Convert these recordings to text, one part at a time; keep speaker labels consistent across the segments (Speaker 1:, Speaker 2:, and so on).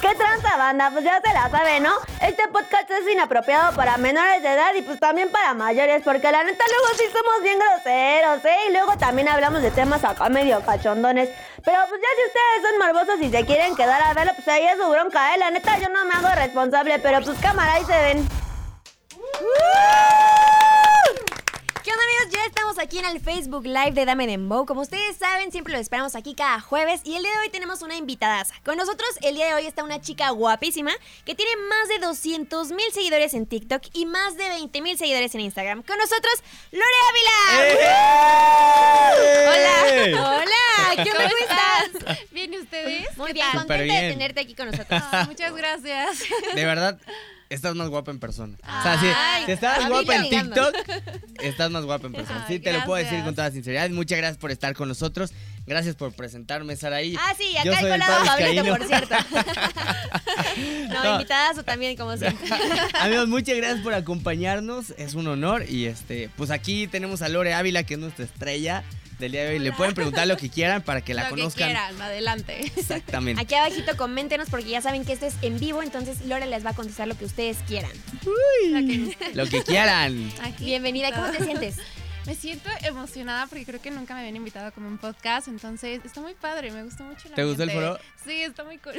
Speaker 1: ¿Qué tranza, banda? Pues ya se la sabe, ¿no? Este podcast es inapropiado para menores de edad y pues también para mayores, porque la neta luego sí somos bien groseros, ¿eh? Y luego también hablamos de temas acá medio cachondones. Pero pues ya si ustedes son morbosos y se quieren quedar a verlo, pues ahí es su bronca, ¿eh? La neta yo no me hago responsable, pero pues cámara, ahí se ven.
Speaker 2: ¿Qué onda amigos? Ya estamos aquí en el Facebook Live de Dame Dembow. Como ustedes saben, siempre lo esperamos aquí cada jueves y el día de hoy tenemos una invitadaza. Con nosotros el día de hoy está una chica guapísima que tiene más de 200 mil seguidores en TikTok y más de 20 mil seguidores en Instagram. Con nosotros, Lore Ávila.
Speaker 3: ¡Eh!
Speaker 2: ¡Ah! Hola, hola, ¿qué onda? ¿Cómo estás?
Speaker 4: Bien, ¿y ustedes?
Speaker 2: Muy bien,
Speaker 3: tal?
Speaker 2: contenta
Speaker 3: Súper
Speaker 2: de
Speaker 3: bien.
Speaker 2: tenerte aquí con nosotros.
Speaker 4: Ah, muchas gracias.
Speaker 3: De verdad, estás más guapa en persona. O sea,
Speaker 2: Ay,
Speaker 3: si, si estabas
Speaker 2: a mí
Speaker 3: guapa en
Speaker 2: ligando.
Speaker 3: TikTok, estás más guapa en persona.
Speaker 4: Ay,
Speaker 3: Sí, te lo puedo decir
Speaker 4: gracias.
Speaker 3: con toda sinceridad. Muchas gracias por estar con nosotros. Gracias por presentarme, Saraí.
Speaker 2: Ah, sí,
Speaker 3: Yo
Speaker 2: acá
Speaker 3: soy
Speaker 2: al
Speaker 3: el
Speaker 2: colado
Speaker 3: Pablo
Speaker 2: Pablito,
Speaker 3: Vizcaíno.
Speaker 2: por cierto. No,
Speaker 3: No.
Speaker 2: invitadas o también, como siempre.
Speaker 3: Amigos, muchas gracias por acompañarnos. Es un honor. Y este, pues aquí tenemos a Lore Ávila, que es nuestra estrella del día de hoy. Le pueden preguntar lo que quieran para que la
Speaker 4: Lo
Speaker 3: conozcan.
Speaker 4: que quieran, adelante.
Speaker 3: Exactamente.
Speaker 2: Aquí abajito coméntenos porque ya saben que esto es en vivo, entonces Lore les va a contestar lo que ustedes quieran.
Speaker 3: Lo que quieran.
Speaker 4: Aquí.
Speaker 2: Bienvenida, ¿cómo te
Speaker 4: Todo.
Speaker 2: sientes?
Speaker 4: Me siento emocionada porque creo que nunca me habían invitado como un podcast, entonces está muy padre, me gustó mucho.
Speaker 3: ¿Te gustó el
Speaker 4: ambiente.
Speaker 3: foro?
Speaker 4: Sí, está muy cool.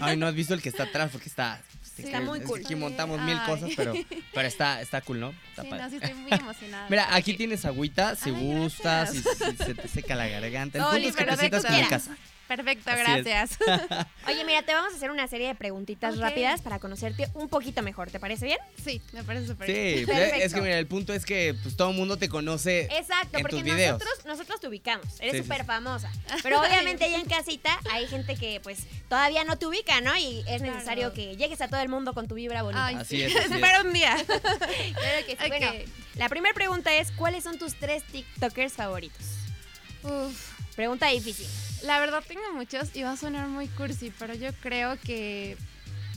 Speaker 3: Ay, no has visto el que está atrás porque está.
Speaker 4: Está
Speaker 3: que-
Speaker 4: muy
Speaker 3: es que
Speaker 4: cool.
Speaker 3: Aquí montamos mil
Speaker 4: Ay.
Speaker 3: cosas, pero, pero está, está cool, ¿no? Está
Speaker 4: Sí,
Speaker 3: padre.
Speaker 4: no, sí, estoy muy emocionada.
Speaker 3: Mira, aquí tienes agüita, si
Speaker 4: Ay,
Speaker 3: gustas, si,
Speaker 4: gracias.
Speaker 3: si se te seca la garganta. El
Speaker 4: Oli,
Speaker 3: punto es que te
Speaker 4: perfecto.
Speaker 3: sientas como en casa.
Speaker 4: Perfecto,
Speaker 3: Así es.
Speaker 4: gracias.
Speaker 2: Oye, mira, te vamos a hacer una serie de preguntitas
Speaker 4: Ok.
Speaker 2: rápidas para conocerte un poquito mejor, ¿te parece bien?
Speaker 4: Sí, me parece súper
Speaker 3: Sí,
Speaker 2: Perfecto.
Speaker 3: pero es que mira, el punto es que pues todo el mundo te conoce.
Speaker 2: Exacto,
Speaker 3: En
Speaker 2: porque
Speaker 3: tus videos.
Speaker 2: nosotros, nosotros te ubicamos,
Speaker 3: Sí,
Speaker 2: eres
Speaker 3: sí,
Speaker 2: súper
Speaker 3: sí.
Speaker 2: famosa. Pero obviamente allá en casita hay gente que pues todavía no te ubica, ¿no? Y es necesario
Speaker 4: Claro.
Speaker 2: que llegues a todo el mundo con tu vibra bonita.
Speaker 4: Ay,
Speaker 3: Así
Speaker 4: sí.
Speaker 3: es, así es.
Speaker 4: Espero un día.
Speaker 2: Claro que sí.
Speaker 4: Ok.
Speaker 2: Bueno, la primera pregunta es, ¿cuáles son tus tres TikTokers favoritos?
Speaker 4: Uf,
Speaker 2: Pregunta difícil.
Speaker 4: la verdad tengo muchos y va a sonar muy cursi, pero yo creo que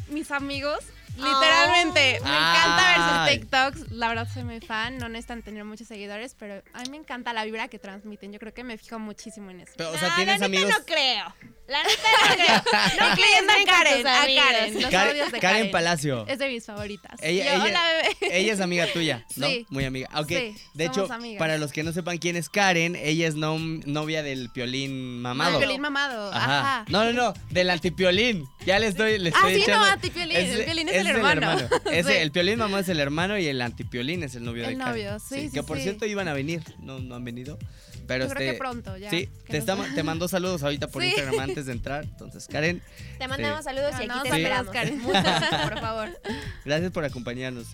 Speaker 4: mis amigos, literalmente, me encanta
Speaker 3: Oh. Ay.
Speaker 4: ver sus TikToks. La verdad soy muy fan, no necesitan tener muchos seguidores, pero a mí me encanta la vibra que transmiten. Yo creo que me fijo muchísimo en eso.
Speaker 3: Pero, o
Speaker 2: No,
Speaker 3: sea, tienes
Speaker 2: la neta
Speaker 3: amigos.
Speaker 2: no creo. La neta no creo. No
Speaker 4: Incluyendo a
Speaker 2: creo
Speaker 4: Karen, a Karen. Los
Speaker 3: Karen,
Speaker 4: audios de
Speaker 3: Karen
Speaker 4: Karen.
Speaker 3: Palacio.
Speaker 4: Es de mis favoritas.
Speaker 3: Ella-
Speaker 4: Yo,
Speaker 3: ella-
Speaker 4: hola, bebé.
Speaker 3: Ella es amiga tuya, ¿no?
Speaker 4: Sí.
Speaker 3: Muy amiga. Ah, ok.
Speaker 4: Sí,
Speaker 3: de hecho,
Speaker 4: somos amigas.
Speaker 3: para los que no sepan quién es Karen, ella es nom- novia del piolín mamado.
Speaker 4: Piolín mamado.
Speaker 3: Ajá.
Speaker 4: Ajá.
Speaker 3: No, no, no, del antipiolín. Ya le estoy, le
Speaker 4: Ah,
Speaker 3: estoy
Speaker 4: sí,
Speaker 3: echando-
Speaker 4: no, antipiolín. El piolín es el hermano.
Speaker 3: Ese-
Speaker 4: Sí.
Speaker 3: El piolín mamá es el hermano y el antipiolín es el novio
Speaker 4: El
Speaker 3: de Karen.
Speaker 4: novio, sí, sí,
Speaker 3: Que por
Speaker 4: sí.
Speaker 3: cierto iban a venir, no, no han venido. Pero
Speaker 4: Yo creo
Speaker 3: este,
Speaker 4: que pronto ya.
Speaker 3: Sí,
Speaker 4: que
Speaker 3: te,
Speaker 4: nos-
Speaker 3: estamos- te mandó saludos ahorita por
Speaker 4: Sí.
Speaker 3: Instagram antes de entrar. Entonces, Karen,
Speaker 2: Te mandamos
Speaker 3: Sí.
Speaker 2: saludos y aquí
Speaker 4: Mandamos
Speaker 2: te
Speaker 4: saludos,
Speaker 2: esperamos.
Speaker 4: Karen. Mucho gusto, por favor.
Speaker 3: gracias por acompañarnos.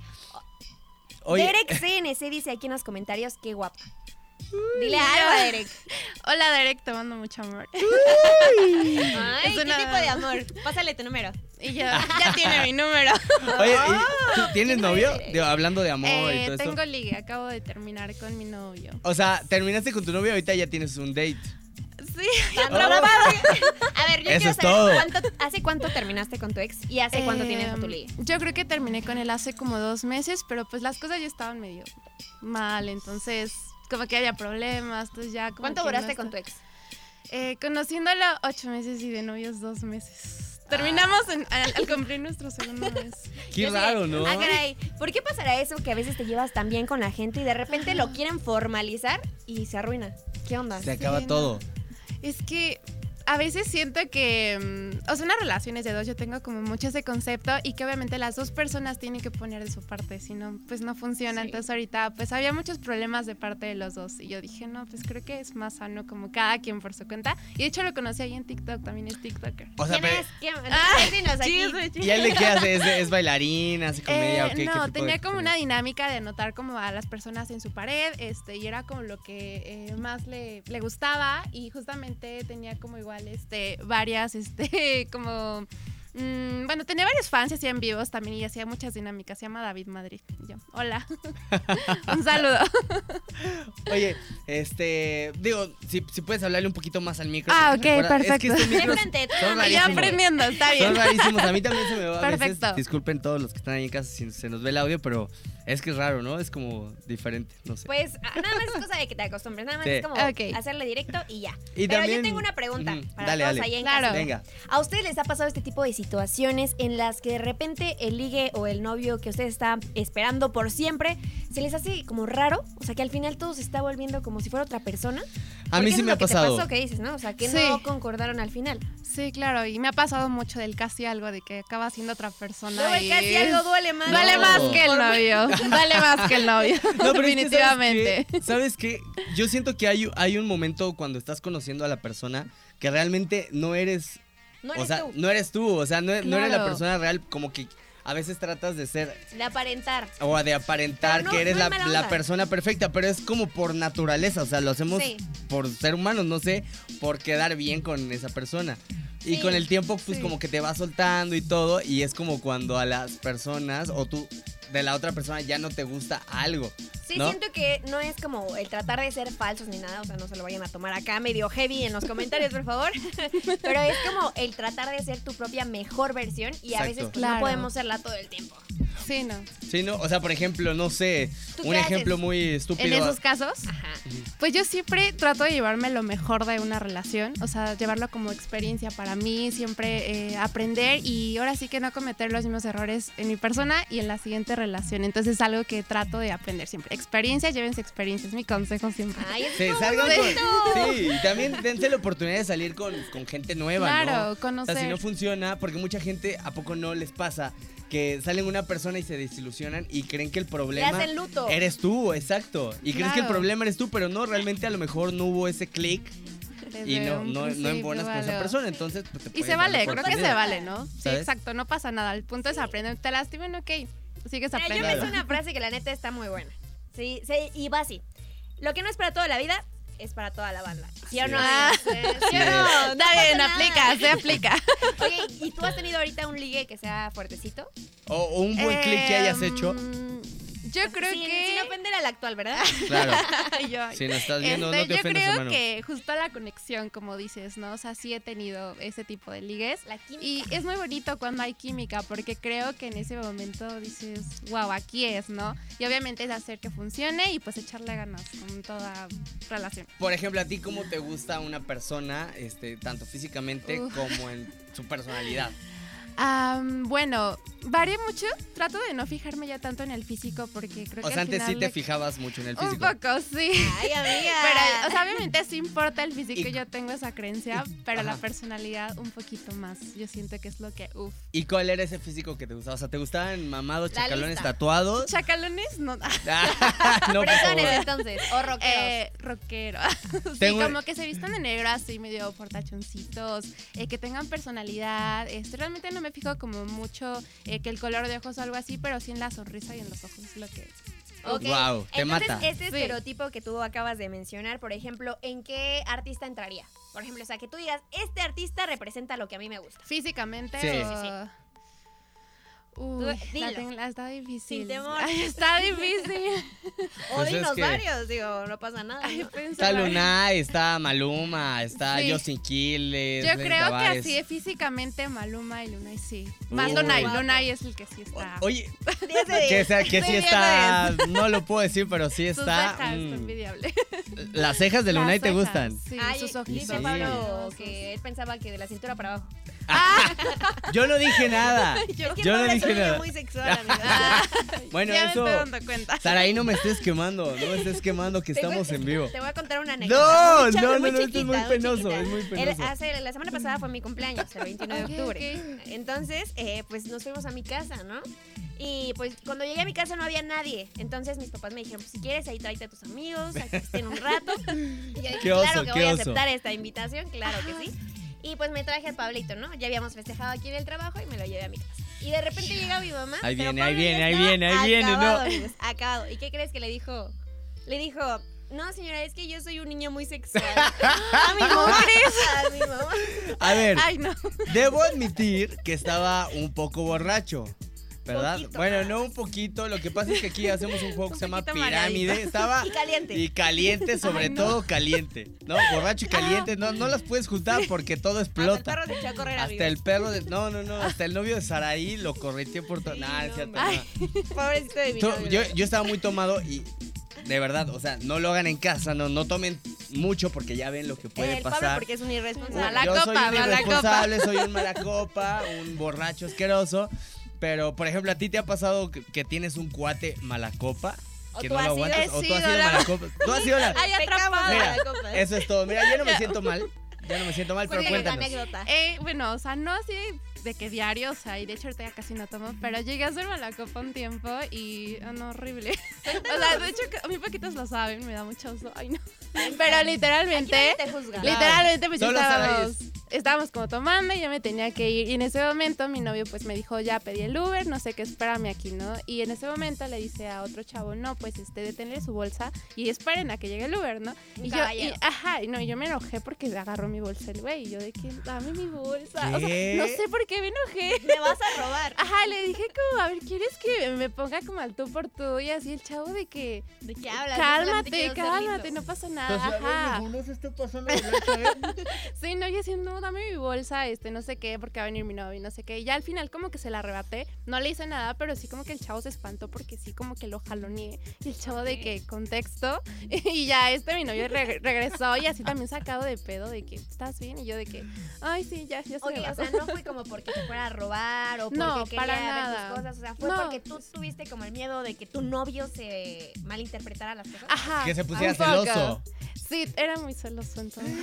Speaker 2: Derek CNC dice aquí en los comentarios, qué guapa. Dile algo a Derek.
Speaker 4: Hola, Derek, te mando mucho amor.
Speaker 2: Ay,
Speaker 4: Es
Speaker 2: ¿qué
Speaker 4: una-
Speaker 2: tipo de amor? Pásale tu número.
Speaker 4: Y ya, ya tiene mi número.
Speaker 3: Oye, ¿y tú ¿tienes novio? Digo, hablando de amor y
Speaker 4: Eh,
Speaker 3: todo esto.
Speaker 4: tengo ligue, acabo de terminar con mi novio.
Speaker 3: O sea, terminaste con tu novio, ahorita ya tienes un date.
Speaker 4: Sí,
Speaker 2: Tan
Speaker 3: Oh.
Speaker 2: robado. A ver, yo quiero
Speaker 3: Eso es
Speaker 2: saber
Speaker 3: todo.
Speaker 2: cuánto- hace cuánto terminaste con tu ex y hace cuánto tienes a tu liga.
Speaker 4: Em, Yo creo que terminé con él hace como dos meses, pero pues las cosas ya estaban medio mal, entonces como que había problemas, entonces ya como
Speaker 2: ¿Cuánto
Speaker 4: que no
Speaker 2: duraste
Speaker 4: está-
Speaker 2: con tu ex?
Speaker 4: Eh, conociéndolo ocho meses y de novios dos meses. Terminamos en- al, al cumplir nuestro segundo mes.
Speaker 3: Qué
Speaker 2: Yo sé,
Speaker 3: raro, ¿no?
Speaker 2: Ah, caray. ¿Por qué pasará eso que a veces te llevas tan bien con la gente y de repente lo quieren formalizar y se arruina? ¿Qué onda?
Speaker 3: Se acaba
Speaker 4: Sí, no.
Speaker 3: todo.
Speaker 4: Es que a veces siento que, mm, o sea, unas relaciones de dos yo tengo como mucho ese concepto y que obviamente las dos personas tienen que poner de su parte, si no, pues no funciona.
Speaker 2: Sí.
Speaker 4: Entonces ahorita pues había muchos problemas de parte de los dos y yo dije, no, pues creo que es más sano como cada quien por su cuenta. Y de hecho lo conocí ahí en TikTok, también es TikToker.
Speaker 3: O sea,
Speaker 2: ¿Quién
Speaker 3: pero-
Speaker 2: es? ¿Quién?
Speaker 4: Ah,
Speaker 2: Dinos aquí.
Speaker 3: ¿Y él de qué hace? ¿Es, es bailarín? ¿Hace comedia?
Speaker 4: Eh,
Speaker 3: ¿o qué- qué tipo
Speaker 4: no,
Speaker 3: de-
Speaker 4: tenía como una dinámica de anotar como a las personas en su pared, este, y era como lo que eh, más le, le gustaba, y justamente tenía como igual, este, varias, este, como, mm, bueno, tenía varios fans y hacían vivos también, y hacía muchas dinámicas, se llama David Madrid, y yo, hola, un saludo.
Speaker 3: Oye, este. Digo, si, si puedes hablarle un poquito más al micro.
Speaker 4: Ah,
Speaker 3: porque
Speaker 4: ok,
Speaker 3: recuerda- Es que
Speaker 4: perfecto.
Speaker 3: estos micros
Speaker 2: Enfrente, tú
Speaker 3: son
Speaker 2: no me
Speaker 4: yo
Speaker 3: rarísimos.
Speaker 4: aprendiendo, está bien.
Speaker 3: Son rarísimos. A mí también se me va a veces.
Speaker 4: Perfecto.
Speaker 3: Disculpen todos los que están ahí en casa si se nos ve el audio, pero es que es raro, ¿no? Es como diferente, no sé.
Speaker 2: Pues ah, nada más es cosa de que te acostumbres, nada más
Speaker 3: Sí.
Speaker 2: es como
Speaker 4: Ok.
Speaker 2: hacerle directo y ya.
Speaker 3: Y
Speaker 2: Pero
Speaker 3: también-
Speaker 2: yo tengo una pregunta
Speaker 3: Ujú,
Speaker 2: para
Speaker 3: dale,
Speaker 2: todos
Speaker 3: dale.
Speaker 2: ahí en
Speaker 4: Claro.
Speaker 2: casa.
Speaker 3: Venga.
Speaker 2: ¿A ustedes les ha pasado este tipo de situaciones en las que de repente el ligue o el novio que ustedes están esperando por siempre se les hace como raro? O sea, que al final todo se está volviendo como si fuera otra persona.
Speaker 3: A
Speaker 2: Porque eso
Speaker 3: mí sí
Speaker 2: es
Speaker 3: me
Speaker 2: lo
Speaker 3: ha pasado.
Speaker 2: Que te pasó, que dices, ¿no? O sea, que
Speaker 4: Sí.
Speaker 2: no concordaron al final.
Speaker 4: Sí, claro, y me ha pasado mucho del casi algo, de que acaba siendo otra persona.
Speaker 2: Luego el
Speaker 4: y
Speaker 2: casi
Speaker 4: es-
Speaker 2: algo duele más.
Speaker 4: Vale
Speaker 3: No.
Speaker 4: más que el novio. Vale más que el novio.
Speaker 3: No, pero es que,
Speaker 4: definitivamente.
Speaker 3: ¿sabes, qué? ¿Sabes qué? Yo siento que hay, hay un momento cuando estás conociendo a la persona que realmente no eres.
Speaker 2: No
Speaker 3: o
Speaker 2: eres
Speaker 3: sea,
Speaker 2: tú.
Speaker 3: no eres tú. O sea, no, no eres la
Speaker 4: Claro.
Speaker 3: persona real. Como que a veces tratas de ser
Speaker 2: De aparentar.
Speaker 3: o de aparentar
Speaker 2: Pero no-
Speaker 3: que eres
Speaker 2: no es
Speaker 3: la,
Speaker 2: mala
Speaker 3: la
Speaker 2: onda.
Speaker 3: persona perfecta, pero es como por naturaleza, o sea, lo hacemos
Speaker 2: Sí.
Speaker 3: por ser humanos, no sé, por quedar bien con esa persona. Y
Speaker 2: Sí,
Speaker 3: con el tiempo, pues
Speaker 4: sí.
Speaker 3: como que te va soltando y todo, y es como cuando a las personas o tú de la otra persona ya no te gusta algo.
Speaker 2: Sí,
Speaker 3: ¿no?
Speaker 2: siento que no es como el tratar de ser falsos ni nada, o sea, no se lo vayan a tomar acá medio heavy en los comentarios, por favor. Pero es como el tratar de ser tu propia mejor versión y a
Speaker 3: Exacto.
Speaker 2: veces pues, no
Speaker 4: Claro.
Speaker 2: podemos serla todo el tiempo.
Speaker 4: Sí, no.
Speaker 3: Sí, ¿no? O sea, por ejemplo, no sé,
Speaker 2: ¿Tú
Speaker 3: un
Speaker 2: qué
Speaker 3: ejemplo
Speaker 2: haces?
Speaker 3: muy
Speaker 4: En
Speaker 3: estúpido.
Speaker 4: esos casos, pues yo siempre trato de llevarme lo mejor de una relación, o sea, llevarlo como experiencia para mí, siempre eh, aprender y ahora sí que no cometer los mismos errores en mi persona y en la siguiente relación. Entonces es algo que trato de aprender siempre. Experiencia, llévense experiencia, es mi consejo siempre.
Speaker 2: Ay, es
Speaker 3: Sí,
Speaker 2: como
Speaker 3: salgan
Speaker 2: muy
Speaker 3: con-
Speaker 2: bonito.
Speaker 3: sí, y también dense la oportunidad de salir con, con gente nueva,
Speaker 4: Claro,
Speaker 3: ¿no?
Speaker 4: conocer.
Speaker 3: O sea, si no funciona, porque mucha gente, ¿a poco no les pasa? Que salen una persona y se desilusionan y creen que el
Speaker 2: Le
Speaker 3: problema
Speaker 2: hacen luto.
Speaker 3: eres tú, exacto. Y crees que el
Speaker 4: Claro.
Speaker 3: problema eres tú, pero no, realmente a lo mejor no hubo ese clic y
Speaker 4: Desde
Speaker 3: no,
Speaker 4: un
Speaker 3: no, no
Speaker 4: principio,
Speaker 3: embonas con esa
Speaker 4: algo.
Speaker 3: persona, entonces pues, te
Speaker 4: Y
Speaker 3: puedes
Speaker 4: se
Speaker 3: dar la
Speaker 4: vale, creo que se
Speaker 3: oportunidad.
Speaker 4: vale, ¿no? Sí,
Speaker 3: ¿Sabes?
Speaker 4: exacto, no pasa nada. El punto es aprender. Te lastiman, ok. Sigues
Speaker 2: Mira, yo me
Speaker 4: aprendiendo.
Speaker 2: hice una frase que la neta está muy buena. Sí, sí, y va así. Lo que no es para toda la vida es para toda la banda. ¿Sí o
Speaker 3: Así
Speaker 2: no?
Speaker 3: es.
Speaker 2: amigas? ¿Sí o no?
Speaker 4: No, está
Speaker 2: pasa
Speaker 4: bien,
Speaker 2: nada.
Speaker 4: aplica, se aplica.
Speaker 2: Oye, ¿y tú has tenido ahorita un ligue que sea fuertecito?
Speaker 3: O, o un buen clic que hayas hecho,
Speaker 4: Em, Yo creo
Speaker 2: sin,
Speaker 4: que.
Speaker 2: Sin ofender al actual, ¿verdad?
Speaker 3: claro.
Speaker 4: Ay, yo-
Speaker 3: Si no estás viendo,
Speaker 4: Este,
Speaker 3: no te
Speaker 4: yo
Speaker 3: ofendas,
Speaker 4: creo
Speaker 3: hermano.
Speaker 4: que justo la conexión, como dices, ¿no? O sea, sí he tenido ese tipo de ligues.
Speaker 2: La química.
Speaker 4: Y es muy bonito cuando hay química, porque creo que en ese momento dices, wow, aquí es, ¿no? Y obviamente es hacer que funcione y pues echarle ganas con toda relación.
Speaker 3: Por ejemplo, a ti cómo te gusta una persona, este, tanto físicamente
Speaker 4: Uf.
Speaker 3: como en su personalidad.
Speaker 4: Am, bueno, varía mucho. Trato de no fijarme ya tanto en el físico porque creo
Speaker 3: O
Speaker 4: que
Speaker 3: sea,
Speaker 4: al
Speaker 3: antes sí
Speaker 4: final
Speaker 3: te
Speaker 4: lo-
Speaker 3: fijabas mucho en el
Speaker 4: Un
Speaker 3: físico.
Speaker 4: poco, sí.
Speaker 2: Ay, amiga.
Speaker 4: Pero, o sea, obviamente sí importa el físico,
Speaker 3: Y-
Speaker 4: yo tengo esa creencia, pero la
Speaker 3: Ajá.
Speaker 4: personalidad un poquito más. Yo siento que es lo que, uff.
Speaker 3: ¿Y cuál era ese físico que te gustaba? O sea, ¿te gustaban mamados,
Speaker 2: La
Speaker 3: chacalones,
Speaker 2: lista.
Speaker 3: tatuados?
Speaker 4: Chacalones, no.
Speaker 3: Ah, no, por favor.
Speaker 2: Bretones, entonces, o rockeros.
Speaker 4: Eh, rockero. sí,
Speaker 3: Tengo-
Speaker 4: como que se vistan de negro así, medio portachoncitos, eh, que tengan personalidad. Este, realmente no me fijo como mucho eh, que el color de ojos o algo así, pero sí en la sonrisa y en los ojos, lo que
Speaker 2: Ok.
Speaker 3: Guau, te
Speaker 2: Entonces,
Speaker 3: mata.
Speaker 2: este
Speaker 4: Sí.
Speaker 2: estereotipo que tú acabas de mencionar, por ejemplo, ¿en qué artista entraría? Por ejemplo, o sea, que tú digas, este artista representa lo que a mí me gusta.
Speaker 4: Físicamente.
Speaker 3: Sí. Sí,
Speaker 4: o- Uy,
Speaker 2: Tú,
Speaker 4: la
Speaker 2: dilo.
Speaker 4: tengo- la- está difícil.
Speaker 2: Sin temor.
Speaker 4: Ay, está difícil.
Speaker 2: O
Speaker 3: Pues es
Speaker 2: dinos
Speaker 3: que-
Speaker 2: varios, digo, no pasa nada.
Speaker 4: Ay,
Speaker 2: ¿no?
Speaker 4: pensé
Speaker 3: Está
Speaker 4: mal.
Speaker 3: Lunay, está Maluma, está
Speaker 4: Sí.
Speaker 3: Justin Quiles.
Speaker 4: Yo
Speaker 3: Lenny
Speaker 4: creo que
Speaker 3: Tavares.
Speaker 4: así físicamente Maluma y Lunay sí. Más
Speaker 3: Uy.
Speaker 4: Lunay, Lunay es el que sí está.
Speaker 3: O- Oye,
Speaker 2: Diez de
Speaker 3: que,
Speaker 2: diez.
Speaker 3: sea- que sí
Speaker 4: Ah. Estoy
Speaker 3: está. No lo puedo decir, pero sí
Speaker 4: Sus
Speaker 3: está.
Speaker 4: cejas,
Speaker 3: mm,
Speaker 4: está envidiable.
Speaker 3: las cejas de
Speaker 4: Las
Speaker 3: Lunay te
Speaker 4: cejas,
Speaker 3: gustan.
Speaker 4: Sí,
Speaker 2: Ay,
Speaker 4: sus
Speaker 2: dice
Speaker 4: ojitos.
Speaker 3: Sí.
Speaker 2: Pablo que él pensaba que de la cintura para abajo.
Speaker 4: Ah.
Speaker 3: Yo no dije nada.
Speaker 2: Es que
Speaker 3: Yo
Speaker 2: Pablo
Speaker 3: no
Speaker 2: es un
Speaker 3: dije
Speaker 2: niño
Speaker 3: nada.
Speaker 2: muy sexual, amiga.
Speaker 3: Bueno,
Speaker 4: ya
Speaker 3: eso.
Speaker 4: me estoy dando cuenta.
Speaker 3: Saraí, no me estés quemando. No me estés quemando, que
Speaker 2: Te voy-
Speaker 3: estamos en vivo.
Speaker 2: Te voy a contar una anécdota.
Speaker 3: No,
Speaker 2: muy
Speaker 3: no, no,
Speaker 2: chata,
Speaker 3: no, esto es
Speaker 2: chiquita,
Speaker 3: muy penoso,
Speaker 2: chiquita.
Speaker 3: es muy
Speaker 2: Él
Speaker 3: penoso.
Speaker 2: hace- la semana pasada fue mi cumpleaños, el 29 de
Speaker 4: Ok,
Speaker 2: octubre.
Speaker 4: ok.
Speaker 2: Entonces, eh, pues nos fuimos a mi casa, ¿no? Y pues cuando llegué a mi casa no había nadie. Entonces mis papás me dijeron, pues, si quieres, ahí tráete a tus amigos, a que estén un rato. Y yo dije,
Speaker 3: Qué oso,
Speaker 2: claro que
Speaker 3: qué
Speaker 2: voy a
Speaker 3: oso.
Speaker 2: aceptar esta invitación, claro que sí. Y pues me traje al Pablito, ¿no? Ya habíamos festejado aquí en el trabajo y me lo llevé a mi casa. Y de repente llega mi mamá.
Speaker 3: Ahí
Speaker 2: pero
Speaker 3: viene, ahí
Speaker 2: Pablo ya
Speaker 3: viene, ahí
Speaker 2: estaba
Speaker 3: viene, ahí viene,
Speaker 2: acabado,
Speaker 3: no.
Speaker 2: amigos, acabado. ¿Y qué crees que le dijo? Le dijo, no señora, es que yo soy un niño muy sexual. a mi mamá. A mi mamá.
Speaker 3: A ver,
Speaker 4: Ay, no.
Speaker 3: debo admitir que estaba un poco borracho. ¿Verdad?
Speaker 2: Poquito.
Speaker 3: Bueno, no un poquito. Lo que pasa es que aquí hacemos un juego que
Speaker 4: Un
Speaker 3: se llama
Speaker 4: poquito mareadito.
Speaker 3: Pirámide. Estaba
Speaker 2: Y caliente.
Speaker 3: Y caliente, sobre
Speaker 4: no.
Speaker 3: todo caliente. No, borracho y caliente, no, no las puedes juntar porque todo
Speaker 2: Ah. Hasta el
Speaker 3: explota.
Speaker 2: perro se echó a correr
Speaker 3: Hasta el perro de. No, no, no. Hasta el novio de Saraí lo correteó por todo.
Speaker 2: Sí,
Speaker 3: Nah, es
Speaker 2: no,
Speaker 3: cierto,
Speaker 2: hombre.
Speaker 3: no.
Speaker 2: Pobrecito de mi
Speaker 3: Tú-
Speaker 2: novio.
Speaker 3: yo, yo estaba muy tomado y de verdad, o sea, no lo hagan en casa, no, no tomen mucho porque ya ven lo que puede
Speaker 2: el Pablo
Speaker 3: pasar.
Speaker 2: porque es un irresponsable.
Speaker 4: Mala
Speaker 3: yo soy
Speaker 4: copa,
Speaker 3: un
Speaker 4: mala
Speaker 3: irresponsable, soy un mala copa, un borracho asqueroso. Pero, por ejemplo, ¿a ti te ha pasado que, que tienes un cuate mala copa?
Speaker 2: O
Speaker 3: Que
Speaker 2: tú
Speaker 3: no
Speaker 2: has
Speaker 3: lo
Speaker 2: sido-
Speaker 3: aguantas.
Speaker 4: he
Speaker 3: o tú
Speaker 4: sido
Speaker 3: has sido
Speaker 4: la-
Speaker 3: mala copa. Tú has sido la.
Speaker 4: Ay,
Speaker 2: Pecamos de
Speaker 3: Mira,
Speaker 2: mala copa.
Speaker 3: Eso es todo. Mira, yo no me siento mal. Ya no me siento mal,
Speaker 4: Pues
Speaker 3: pero
Speaker 2: Cuéntanos la
Speaker 3: cuéntanos.
Speaker 2: anécdota.
Speaker 4: Eh, bueno, o sea, no así de que diario, o sea, y de hecho ahorita ya casi no tomo, pero llegué a ser mala copa un tiempo y, oh, no, horrible. o sea, de hecho, que- muy poquitos lo saben, me da mucho oso, ay, no. Pero
Speaker 2: Aquí
Speaker 4: literalmente,
Speaker 2: nadie te juzga.
Speaker 3: Li-
Speaker 4: literalmente, pues
Speaker 3: Solo
Speaker 4: estábamos, estábamos como tomando y yo me tenía que ir. Y en ese momento mi novio, pues me dijo, ya pedí el Uber, no sé qué, espérame aquí, ¿no? Y en ese momento le dice a otro chavo, no, pues este, deténle su bolsa y esperen a que llegue el Uber, ¿no?
Speaker 2: Un
Speaker 4: y yo, y,
Speaker 2: caballero.
Speaker 4: ajá, y no, yo me enojé porque agarró mi bolsa el güey. Y yo de que, dame mi bolsa. O sea,
Speaker 3: ¿Qué?
Speaker 4: no sé por qué me enojé.
Speaker 2: Me vas a robar.
Speaker 4: Ajá, le dije como, a ver, ¿quieres que me ponga como al tú por tú? Y así el chavo de que,
Speaker 2: ¿De qué hablas? Yo solamente
Speaker 4: cálmate,
Speaker 2: quiero ser
Speaker 4: cálmate,
Speaker 2: lindo.
Speaker 4: no pasa nada. Ajá.
Speaker 3: se está pasando de ¿eh?
Speaker 4: Sí, no, yo así, no, dame mi bolsa, este, no sé qué, porque va a venir mi novio, y no sé qué. Y ya al final como que se la arrebaté, no le hice nada, pero sí como que el chavo se espantó porque sí como que lo jaloneé. Y el chavo de que, contexto, y ya este mi novio re- regresó y así también sacado de pedo de que, ¿estás bien? Y yo de que, ay, sí, ya, ya se
Speaker 2: Ok,
Speaker 4: me
Speaker 2: o
Speaker 4: bajó".
Speaker 2: sea, no fue como porque te fuera a robar o porque
Speaker 4: No,
Speaker 2: quería
Speaker 4: para
Speaker 2: ver
Speaker 4: nada.
Speaker 2: tus cosas. O sea, fue
Speaker 4: No.
Speaker 2: porque tú tuviste como el miedo de que tu novio se malinterpretara las cosas.
Speaker 4: Ajá.
Speaker 3: Que se pusiera
Speaker 4: un poco.
Speaker 3: celoso.
Speaker 4: Sí, era muy celoso entonces.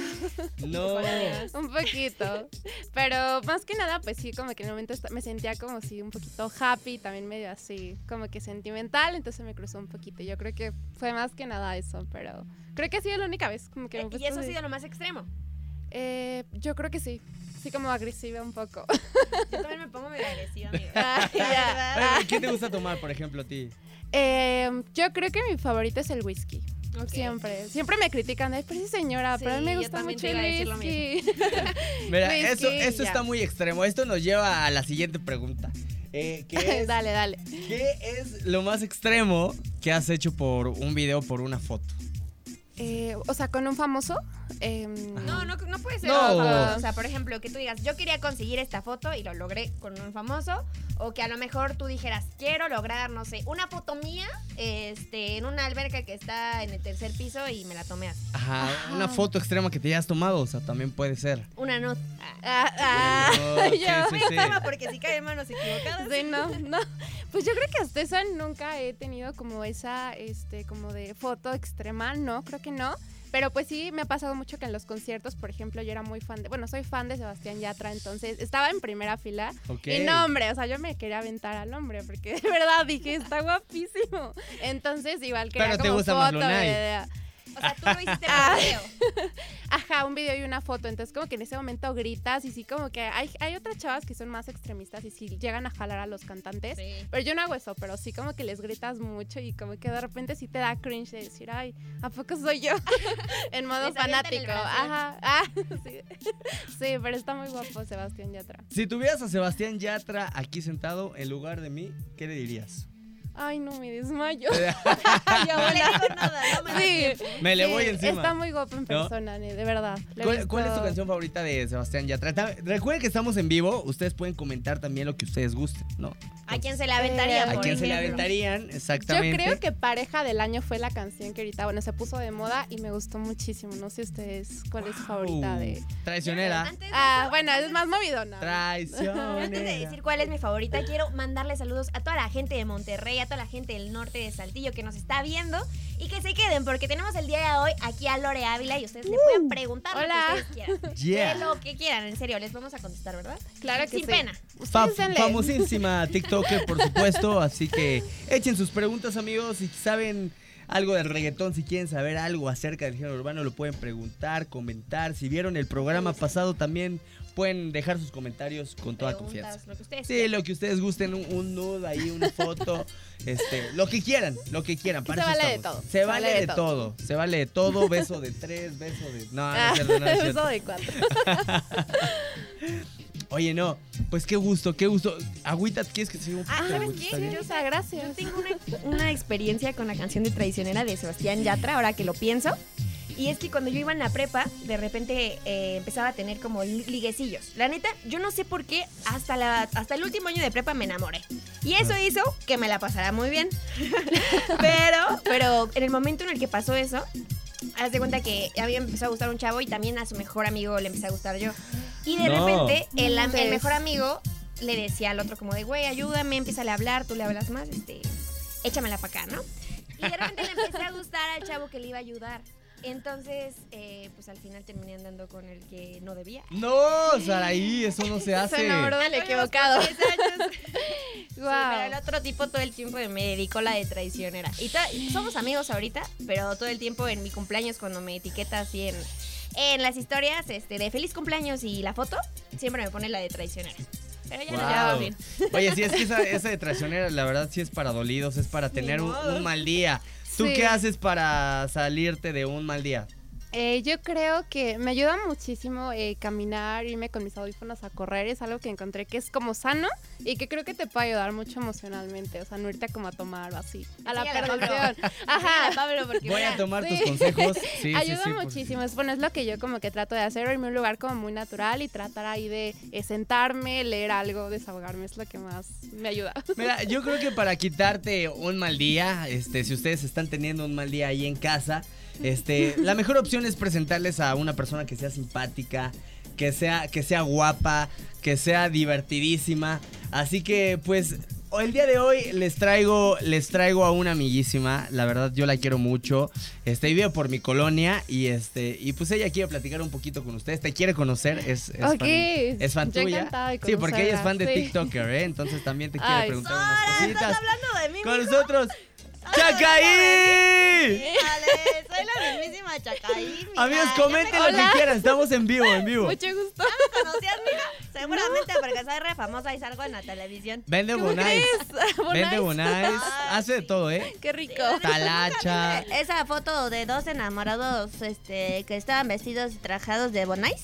Speaker 3: No.
Speaker 4: Un poquito. Pero más que nada, pues sí, como que en el momento esta- me sentía como si un poquito happy, también medio así, como que sentimental, entonces me cruzó un poquito. Yo creo que fue más que nada eso, pero creo que ha sido la única vez como que me
Speaker 2: Eh,
Speaker 4: puse
Speaker 2: y eso ha
Speaker 4: así.
Speaker 2: sido lo más extremo.
Speaker 4: Eh, yo creo que sí. Sí, como agresiva un poco.
Speaker 2: Yo también me pongo medio agresiva, amiga.
Speaker 4: Ah,
Speaker 2: La
Speaker 4: ya.
Speaker 2: verdad.
Speaker 3: Oye, ¿Qué te gusta tomar, por ejemplo, a ti?
Speaker 4: Eh, yo creo que mi favorito es el whisky.
Speaker 2: Ok.
Speaker 4: Siempre. Siempre me critican. Ay, pero sí, señora, pero a mí
Speaker 2: Sí,
Speaker 4: me
Speaker 2: yo
Speaker 4: gusta
Speaker 2: también
Speaker 4: mucho
Speaker 2: te iba a decir
Speaker 4: el
Speaker 2: lo
Speaker 4: whisky.
Speaker 3: Mira,
Speaker 4: Whisky,
Speaker 3: eso, eso
Speaker 4: Pues ya.
Speaker 3: está muy extremo. Esto nos lleva a la siguiente pregunta. Eh, ¿qué, es,
Speaker 4: dale, dale.
Speaker 3: ¿Qué es lo más extremo que has hecho por un video, por una foto?
Speaker 4: Eh, o sea, con un famoso. eh,
Speaker 2: No, no, no puede ser.
Speaker 3: No.
Speaker 2: algo famoso. O sea, por ejemplo, que tú digas, yo quería conseguir esta foto y lo logré con un famoso. O que a lo mejor tú dijeras, quiero lograr, no sé, una foto mía este, en una alberca que está en el tercer piso y me la tomé así.
Speaker 3: Ajá,
Speaker 4: Ajá.
Speaker 3: una foto extrema que te hayas tomado, o sea, también puede ser.
Speaker 2: Una nota.
Speaker 4: Ah, ah,
Speaker 3: No, sí,
Speaker 4: yo-
Speaker 3: sí, sí.
Speaker 2: porque si cae en manos equivocadas.
Speaker 4: Sí, no, no. Pues yo creo que hasta eso nunca he tenido como esa, este, como de foto extrema, no, creo que no. Pero pues sí, me ha pasado mucho que en los conciertos, por ejemplo, yo era muy fan de, bueno, soy fan de Sebastián Yatra, entonces estaba en primera fila.
Speaker 3: Ok.
Speaker 4: Y no, hombre, o sea, yo me quería aventar al hombre, porque de verdad dije, está guapísimo. Entonces igual que
Speaker 3: Pero te
Speaker 4: como
Speaker 3: gusta más
Speaker 4: foto,
Speaker 3: Lunay.
Speaker 4: de- de-
Speaker 2: O sea, tú lo hiciste por
Speaker 4: Ah.
Speaker 2: video.
Speaker 4: Ajá, un video y una foto. Entonces, como que en ese momento gritas y sí, como que hay, hay otras chavas que son más extremistas y sí llegan a jalar a los cantantes.
Speaker 2: Sí.
Speaker 4: Pero yo no hago eso, pero sí como que les gritas mucho y como que de repente sí te da cringe de decir, ay, ¿a poco soy yo? en modo
Speaker 2: Les avientan el
Speaker 4: fanático.
Speaker 2: brasier.
Speaker 4: Ajá, ah, sí. sí, pero está muy guapo Sebastián Yatra.
Speaker 3: Si tuvieras a Sebastián Yatra aquí sentado en lugar de mí, ¿qué le dirías?
Speaker 4: Ay, no, me desmayo. Ay,
Speaker 2: No le
Speaker 4: abuela.
Speaker 2: digo nada, no me da
Speaker 4: Sí,
Speaker 2: tiempo.
Speaker 3: Me le
Speaker 4: sí,
Speaker 3: voy encima.
Speaker 4: Está muy guapo en
Speaker 3: ¿No?
Speaker 4: persona, ne- de verdad. Lo he
Speaker 3: ¿Cuál, cuál es tu
Speaker 4: visto-
Speaker 3: canción favorita de Sebastián Yatra? Ta- Recuerden que estamos en vivo, ustedes pueden comentar también lo que ustedes gusten, ¿no?
Speaker 2: ¿A quién se la aventaría?
Speaker 4: Eh,
Speaker 3: ¿A
Speaker 2: por
Speaker 3: quién se le
Speaker 2: ejemplo?
Speaker 3: aventarían?
Speaker 4: Yo
Speaker 3: Exactamente.
Speaker 4: creo que Pareja del Año fue la canción que ahorita, bueno, se puso de moda y me gustó muchísimo. No sé ustedes cuál es su favorita
Speaker 3: Uh,
Speaker 4: de...
Speaker 3: Traicionera.
Speaker 2: Antes de
Speaker 4: Ah,
Speaker 2: eso,
Speaker 4: bueno,
Speaker 2: antes
Speaker 4: es más movidona.
Speaker 3: Traicionera.
Speaker 2: Antes de decir cuál es mi favorita, quiero mandarle saludos a toda la gente de Monterrey, a toda la gente del norte de Saltillo que nos está viendo y que se queden porque tenemos el día de hoy aquí a Lore Ávila y ustedes le pueden preguntar
Speaker 4: Hola.
Speaker 2: lo que ustedes quieran.
Speaker 3: Uh. Yeah.
Speaker 2: De lo que quieran, en serio, les vamos a contestar, ¿verdad?
Speaker 4: Claro que
Speaker 2: Sin
Speaker 4: sí.
Speaker 2: pena.
Speaker 3: Fa-
Speaker 4: Ustedes denle.
Speaker 3: famosísima TikToker, por supuesto. Así que echen sus preguntas, amigos. Si saben algo del reggaetón, si quieren saber algo acerca del género urbano, lo pueden preguntar, comentar. Si vieron el programa pasado, también pueden dejar sus comentarios con toda
Speaker 2: Preguntas,
Speaker 3: confianza.
Speaker 2: lo que ustedes
Speaker 3: Sí,
Speaker 2: quieran.
Speaker 3: lo que ustedes gusten, un, un nude ahí, una foto, este, lo que quieran, lo que quieran. Para
Speaker 4: Se
Speaker 3: eso
Speaker 4: vale de
Speaker 3: estamos.
Speaker 4: todo,
Speaker 3: Se vale de todo. Se vale de todo. Beso de tres, beso de. No, no es
Speaker 4: Ah,
Speaker 3: cierto, no es cierto.
Speaker 4: eso de cuatro.
Speaker 3: Oye, no, pues qué gusto, qué gusto. Agüita, ¿quieres que siga un
Speaker 2: Ah,
Speaker 3: poquito de
Speaker 2: ¿sabes
Speaker 3: agüita?
Speaker 2: qué?
Speaker 3: ¿Está bien?
Speaker 4: O sea, gracias.
Speaker 2: Tengo una, una experiencia con la canción de Traicionera de Sebastián Yatra, ahora que lo pienso. Y es que cuando yo iba en la prepa, de repente eh, empezaba a tener como li- liguecillos. La neta, yo no sé por qué hasta, la, hasta el último año de prepa me enamoré. Y eso hizo que me la pasara muy bien. pero, pero en el momento en el que pasó eso, haz de cuenta que a mí me empezó a gustar un chavo y también a su mejor amigo le empecé a gustar yo. Y de
Speaker 3: No.
Speaker 2: repente, el, am- el
Speaker 4: Entonces-
Speaker 2: mejor amigo le decía al otro como de, güey, ayúdame, empieza a hablar, tú le hablas más, este, échamela para acá, ¿no? Y de repente le empecé a gustar al chavo que le iba a ayudar. Entonces, eh, pues al final terminé andando con el que no debía.
Speaker 3: No, Saraí, eso no se hace.
Speaker 4: Se enamoró del Ah, equivocado.
Speaker 2: Sí, pero el
Speaker 4: Wow.
Speaker 2: otro tipo todo el tiempo me dedicó la de traicionera. Y ta- somos amigos ahorita, pero todo el tiempo en mi cumpleaños cuando me etiqueta así en, en las historias este, de feliz cumpleaños y la foto, siempre me pone la de traicionera. Pero ya no
Speaker 3: Guau.
Speaker 2: ya va bien.
Speaker 3: Oye, sí, es que esa, esa de traicionera, la verdad, sí es para dolidos, es para tener un,
Speaker 2: modo.
Speaker 3: un mal día. ¿Tú
Speaker 4: Sí.
Speaker 3: qué haces para salirte de un mal día?
Speaker 4: Eh, yo creo que me ayuda muchísimo eh, caminar, irme con mis audífonos a correr. Es algo que encontré que es como sano y que creo que te puede ayudar mucho emocionalmente. O sea, no irte a como a tomar o así. A la
Speaker 2: Sí, a la Pablo.
Speaker 4: perdición. Ajá.
Speaker 2: Pablo, porque
Speaker 3: Voy a
Speaker 2: mira,
Speaker 3: tomar
Speaker 4: sí.
Speaker 3: tus consejos. Sí, sí,
Speaker 4: ayuda
Speaker 3: sí, por-
Speaker 4: muchísimo. Es, bueno, es lo que yo como que trato de hacer, irme a un lugar como muy natural y tratar ahí de eh, sentarme, leer algo, desahogarme. Es lo que más me ayuda.
Speaker 3: Mira, yo creo que para quitarte un mal día, este, si ustedes están teniendo un mal día ahí en casa, este, la mejor opción es presentarles a una persona que sea simpática, que sea, que sea guapa, que sea divertidísima. Así que, pues, o- el día de hoy les traigo, les traigo a una amiguísima. La verdad, yo la quiero mucho. Este, vive por mi colonia y este, y pues ella quiere platicar un poquito con ustedes. Te quiere conocer, es, es fan,
Speaker 4: Ok,
Speaker 3: es fan
Speaker 4: yo
Speaker 3: tuya.
Speaker 4: encantada de
Speaker 3: Sí, porque ella es
Speaker 4: conocerla,
Speaker 3: fan de
Speaker 4: sí.
Speaker 3: TikToker, ¿eh? Entonces también te quiere
Speaker 4: Ay,
Speaker 3: preguntar
Speaker 2: Ahora
Speaker 3: unas
Speaker 2: estás
Speaker 3: cositas.
Speaker 2: hablando de mí,
Speaker 3: Con
Speaker 2: mijo.
Speaker 3: nosotros, Chacaí.
Speaker 2: Vale, soy la mismísima Chacaí. mija.
Speaker 3: Amigos,
Speaker 2: Ya
Speaker 3: comenten lo que quieran, estamos en vivo, en vivo.
Speaker 4: Mucho gusto.
Speaker 2: me conocías, mija. Seguramente porque soy re famosa y salgo en la televisión.
Speaker 3: Vende Bonais, vende
Speaker 4: Bonais.
Speaker 3: Bonais,
Speaker 2: Ay,
Speaker 3: hace de todo, ¿eh?
Speaker 4: Qué rico.
Speaker 3: Talacha.
Speaker 5: Esa foto de dos enamorados este, que estaban vestidos y trajados de Bonais.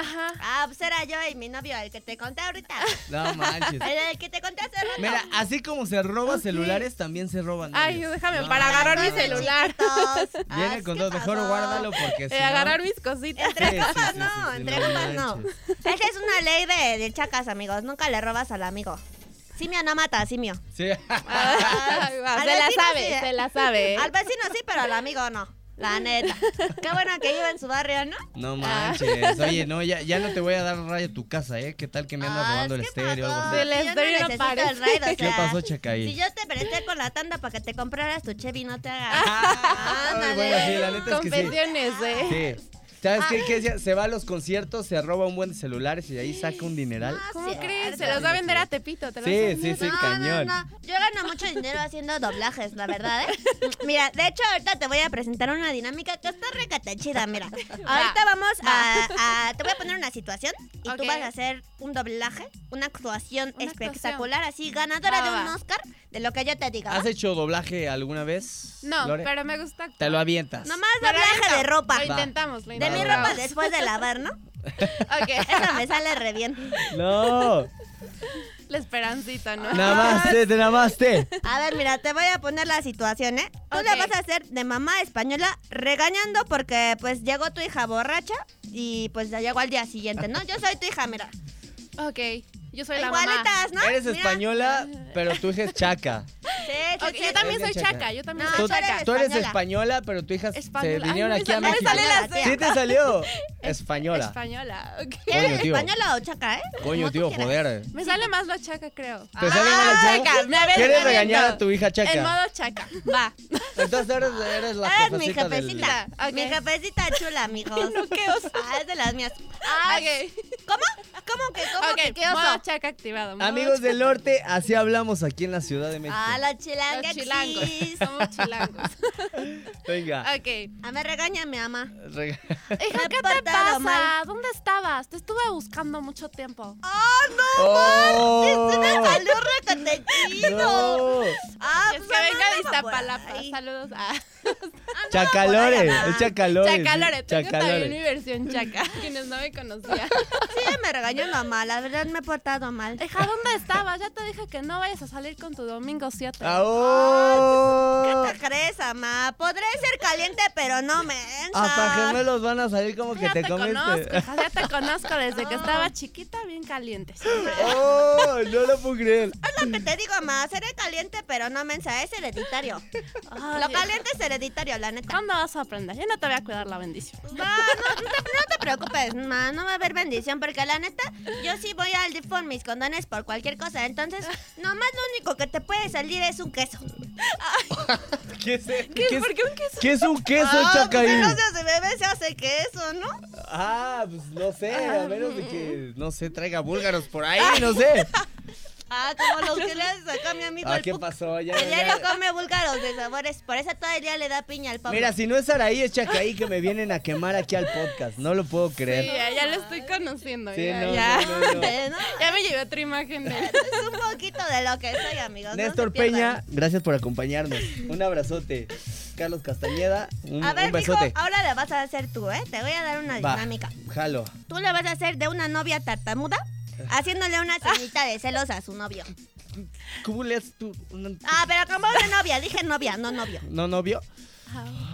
Speaker 4: Ajá.
Speaker 5: Ah, pues era yo y mi novio, el que te conté ahorita.
Speaker 3: No manches.
Speaker 5: El que te conté hace rato.
Speaker 3: Mira, así como se roba celulares, también se roban.
Speaker 4: Ay,
Speaker 3: novios.
Speaker 4: déjame
Speaker 3: No,
Speaker 4: para agarrar mi
Speaker 3: no, no.
Speaker 4: celular.
Speaker 5: Dos.
Speaker 3: Viene
Speaker 5: Ah,
Speaker 3: con
Speaker 5: ¿qué
Speaker 3: dos, mejor
Speaker 5: pasó?
Speaker 3: guárdalo porque si
Speaker 4: Eh,
Speaker 3: no-
Speaker 4: agarrar mis cositas.
Speaker 3: Sí, sí, sí,
Speaker 5: copas
Speaker 3: sí,
Speaker 5: no,
Speaker 3: sí, sí,
Speaker 5: entre copas no.
Speaker 3: manches.
Speaker 5: Esa es una ley de, de chacas, amigos. Nunca le robas al amigo. Simio no mata a simio.
Speaker 3: Sí.
Speaker 4: Ay, Ah, va,
Speaker 5: Al
Speaker 4: se la
Speaker 5: vecino sí,
Speaker 4: sabe,
Speaker 5: eh.
Speaker 4: se la sabe.
Speaker 5: Al vecino sí, pero al amigo no.
Speaker 3: Mm.
Speaker 5: La neta. Qué bueno que vive en su barrio, ¿no?
Speaker 3: No manches. Oye, no, ya, ya no te voy a dar rayo a tu casa, ¿eh? ¿Qué tal que me andas
Speaker 5: Ah,
Speaker 3: robando
Speaker 5: es
Speaker 3: el
Speaker 5: que
Speaker 3: estéreo o algo
Speaker 5: pasó.
Speaker 3: así?
Speaker 4: Sí, el
Speaker 5: Yo
Speaker 4: estéreo
Speaker 5: no
Speaker 4: no
Speaker 5: necesito
Speaker 4: parece.
Speaker 5: el raid, o
Speaker 3: ¿Qué
Speaker 5: sea,
Speaker 3: pasó, Chacaí?
Speaker 5: Si yo te presté con la tanda para que te compraras tu Chevy, no te hagas.
Speaker 3: Ah,
Speaker 5: Ándale.
Speaker 3: bueno, sí, la neta es que sí.
Speaker 4: Confesiones, ¿eh?
Speaker 3: Sí. ¿Sabes
Speaker 5: Ah.
Speaker 3: qué, qué decía? Se va a los conciertos, se roba un buen de celulares y de ahí saca un dineral.
Speaker 4: ¿Cómo
Speaker 5: Sí,
Speaker 4: crees?
Speaker 5: cierto.
Speaker 4: Se los va a vender a Tepito, te los
Speaker 3: Sí, sí, sí,
Speaker 5: No,
Speaker 3: cañón.
Speaker 5: No, no. Yo gano mucho dinero haciendo doblajes, la verdad, ¿eh? Mira, de hecho, ahorita te voy a presentar una dinámica que está recata chida, mira. Ahorita vamos a, a- Te voy a poner una situación y tú
Speaker 4: Ok.
Speaker 5: vas a hacer un doblaje, una actuación
Speaker 4: Una
Speaker 5: espectacular, así, ganadora
Speaker 4: Va,
Speaker 5: de un
Speaker 4: va.
Speaker 5: Oscar, de lo que yo te diga. ¿va?
Speaker 3: ¿Has hecho doblaje alguna vez?
Speaker 4: No,
Speaker 3: Lore?
Speaker 4: pero me gusta.
Speaker 3: Te lo avientas.
Speaker 5: Nomás doblaje de ropa.
Speaker 4: Lo
Speaker 3: Va.
Speaker 4: intentamos, lo
Speaker 5: De mi
Speaker 4: intentamos.
Speaker 5: ropa después de lavar, ¿no?
Speaker 4: Ok,
Speaker 5: Eso me sale re bien.
Speaker 3: No.
Speaker 4: la esperancita, ¿no?
Speaker 3: Namaste, te namaste.
Speaker 5: A ver, mira, te voy a poner la situación, ¿eh? Tú la
Speaker 4: Ok.
Speaker 5: vas a hacer de mamá española regañando porque pues llegó tu hija borracha y pues ya llegó al día siguiente, ¿no? Yo soy tu hija, mira.
Speaker 4: Ok, yo soy la mamá.
Speaker 5: Igualitas, ¿no?
Speaker 3: Eres
Speaker 5: Mira.
Speaker 3: española, pero tu hija es chaca.
Speaker 5: Sí, sí,
Speaker 4: Ok,
Speaker 5: sí.
Speaker 4: yo
Speaker 3: Eres
Speaker 4: también soy
Speaker 3: de Chaca.
Speaker 4: chaca, yo también
Speaker 5: No,
Speaker 4: soy
Speaker 3: Tú,
Speaker 5: tú eres
Speaker 4: chaca.
Speaker 3: tú eres
Speaker 5: española.
Speaker 3: española, pero tu hija se
Speaker 4: Española. Ay,
Speaker 3: vinieron
Speaker 4: no me
Speaker 3: aquí a
Speaker 4: salió.
Speaker 5: Me
Speaker 3: México.
Speaker 5: sale la C.
Speaker 3: Sí te salió. Española.
Speaker 4: Española, ok.
Speaker 3: Coño,
Speaker 5: ¿Eres
Speaker 3: tío.
Speaker 5: española o chaca, eh? Como
Speaker 3: Coño,
Speaker 5: tú
Speaker 3: tío,
Speaker 5: quieras.
Speaker 3: joder.
Speaker 4: Me sale más lo chaca, creo.
Speaker 3: ¿Te sale mal
Speaker 5: Ah,
Speaker 3: la chaca?
Speaker 4: venga, me avento,
Speaker 3: ¿Quieres
Speaker 4: me
Speaker 3: regañar
Speaker 4: avento.
Speaker 3: a tu hija
Speaker 4: En
Speaker 3: chaca?
Speaker 4: modo chaca, va.
Speaker 3: Entonces eres, eres la
Speaker 5: Eres mi
Speaker 3: jefecita del-
Speaker 5: jefecita.
Speaker 4: Ok.
Speaker 5: Mi jefecita chula, amigos.
Speaker 4: No, qué oso.
Speaker 5: Ah, es de las mías.
Speaker 4: Ah, ok.
Speaker 5: ¿Cómo? ¿Cómo que cómo
Speaker 4: Ok,
Speaker 5: que qué oso?
Speaker 4: modo chaca activado. modo
Speaker 3: Amigos del norte, así hablamos aquí en la Ciudad de México.
Speaker 5: Ah, la
Speaker 4: chaca.
Speaker 5: chilanga
Speaker 4: Los chilangos.
Speaker 5: exis.
Speaker 4: Somos chilangos.
Speaker 3: Venga.
Speaker 4: Ok.
Speaker 5: A ver, regáñame, ama.
Speaker 3: rega-
Speaker 4: Hija,
Speaker 5: Me
Speaker 4: ¿qué
Speaker 5: he
Speaker 4: te
Speaker 5: portado
Speaker 4: pasa?
Speaker 5: mal.
Speaker 4: ¿Dónde estabas? Te estuve buscando mucho tiempo.
Speaker 5: ¡Oh,
Speaker 3: ¡Oh!
Speaker 5: ¡Salió recate chido!
Speaker 3: ¡No!
Speaker 5: Ah,
Speaker 4: es
Speaker 5: pues
Speaker 4: que
Speaker 5: andaba
Speaker 4: venga de
Speaker 5: por
Speaker 4: Iztapalapa.
Speaker 5: ahí.
Speaker 4: Saludos a
Speaker 3: Chacalores,
Speaker 5: Andaba por allá.
Speaker 3: es chacalores.
Speaker 4: Chacalore. Tengo también mi
Speaker 3: Chacalores.
Speaker 4: versión chaca, quienes no me conocían.
Speaker 5: Sí, me regañó mamá, la verdad me he portado mal.
Speaker 4: Ah, Hija, ¿dónde estabas? Ya te dije que no vayas a salir con tu domingo 7.
Speaker 3: ¡Ah, oh!
Speaker 6: no.
Speaker 5: ¿Qué te crees, mamá? Podré ser caliente, pero no Ah,
Speaker 3: Hasta
Speaker 5: mensa.
Speaker 3: Ah, gemelos van a salir como que
Speaker 4: Ya
Speaker 3: te
Speaker 4: te
Speaker 3: comes.
Speaker 4: conozco, hija, ya te conozco desde que estaba chiquita, bien caliente. siempre.
Speaker 3: ¡Oh! No lo puedo creer.
Speaker 5: Es lo que te digo, mamá. Seré caliente, pero no mensa. Es hereditario.
Speaker 4: Ay,
Speaker 5: Lo caliente es hereditario, la neta.
Speaker 4: ¿Cuándo vas a aprender? Yo no te voy a cuidar la bendición.
Speaker 5: No, no, no te, no te preocupes, ma, no va a haber bendición porque la neta, yo sí voy al DIF por mis condones por cualquier cosa. Entonces, nomás lo único que te puede salir es un queso.
Speaker 3: ¿Qué es, es-
Speaker 4: ¿Por qué un queso?
Speaker 3: qué es un queso,
Speaker 5: pues,
Speaker 3: Chacaín?
Speaker 5: no se hace bebé, se hace queso, ¿no?
Speaker 3: Ah, pues no sé, a menos de que, no sé, traiga búlgaros por ahí, no sé.
Speaker 5: Ah, como los que le haces acá a mi amigo
Speaker 3: Ah,
Speaker 5: pues, el
Speaker 3: ¿qué
Speaker 5: Puc,
Speaker 3: pasó? Ya,
Speaker 5: que
Speaker 3: ya-
Speaker 5: diario come búlgaros de sabores. Por eso todo el día le da piña al Pablo.
Speaker 3: Mira, si no es Araí, es Chacaí que me vienen a quemar aquí al podcast. No lo puedo
Speaker 4: Sí,
Speaker 3: creer.
Speaker 4: ya, ya lo estoy conociendo.
Speaker 3: Sí,
Speaker 4: ya,
Speaker 3: no,
Speaker 4: ya.
Speaker 3: no, no, no.
Speaker 5: Pero Eh, no,
Speaker 4: Ya me llevé otra imagen de él.
Speaker 5: es un poquito de lo que soy, amigos. no
Speaker 3: Néstor
Speaker 5: se pierdan.
Speaker 3: Peña, gracias por acompañarnos. Un abrazote. Carlos Castañeda, un,
Speaker 5: A ver,
Speaker 3: un
Speaker 5: mijo,
Speaker 3: besote.
Speaker 5: ahora le vas a hacer tú, ¿eh? Te voy a dar una
Speaker 3: Va,
Speaker 5: dinámica.
Speaker 3: jalo.
Speaker 5: Tú le vas a hacer de una novia tartamuda haciéndole una señita de celos a su novio.
Speaker 3: ¿Cómo le haces tú? No,
Speaker 5: Ah, pero como una novia, dije novia, no novio.
Speaker 3: ¿No novio?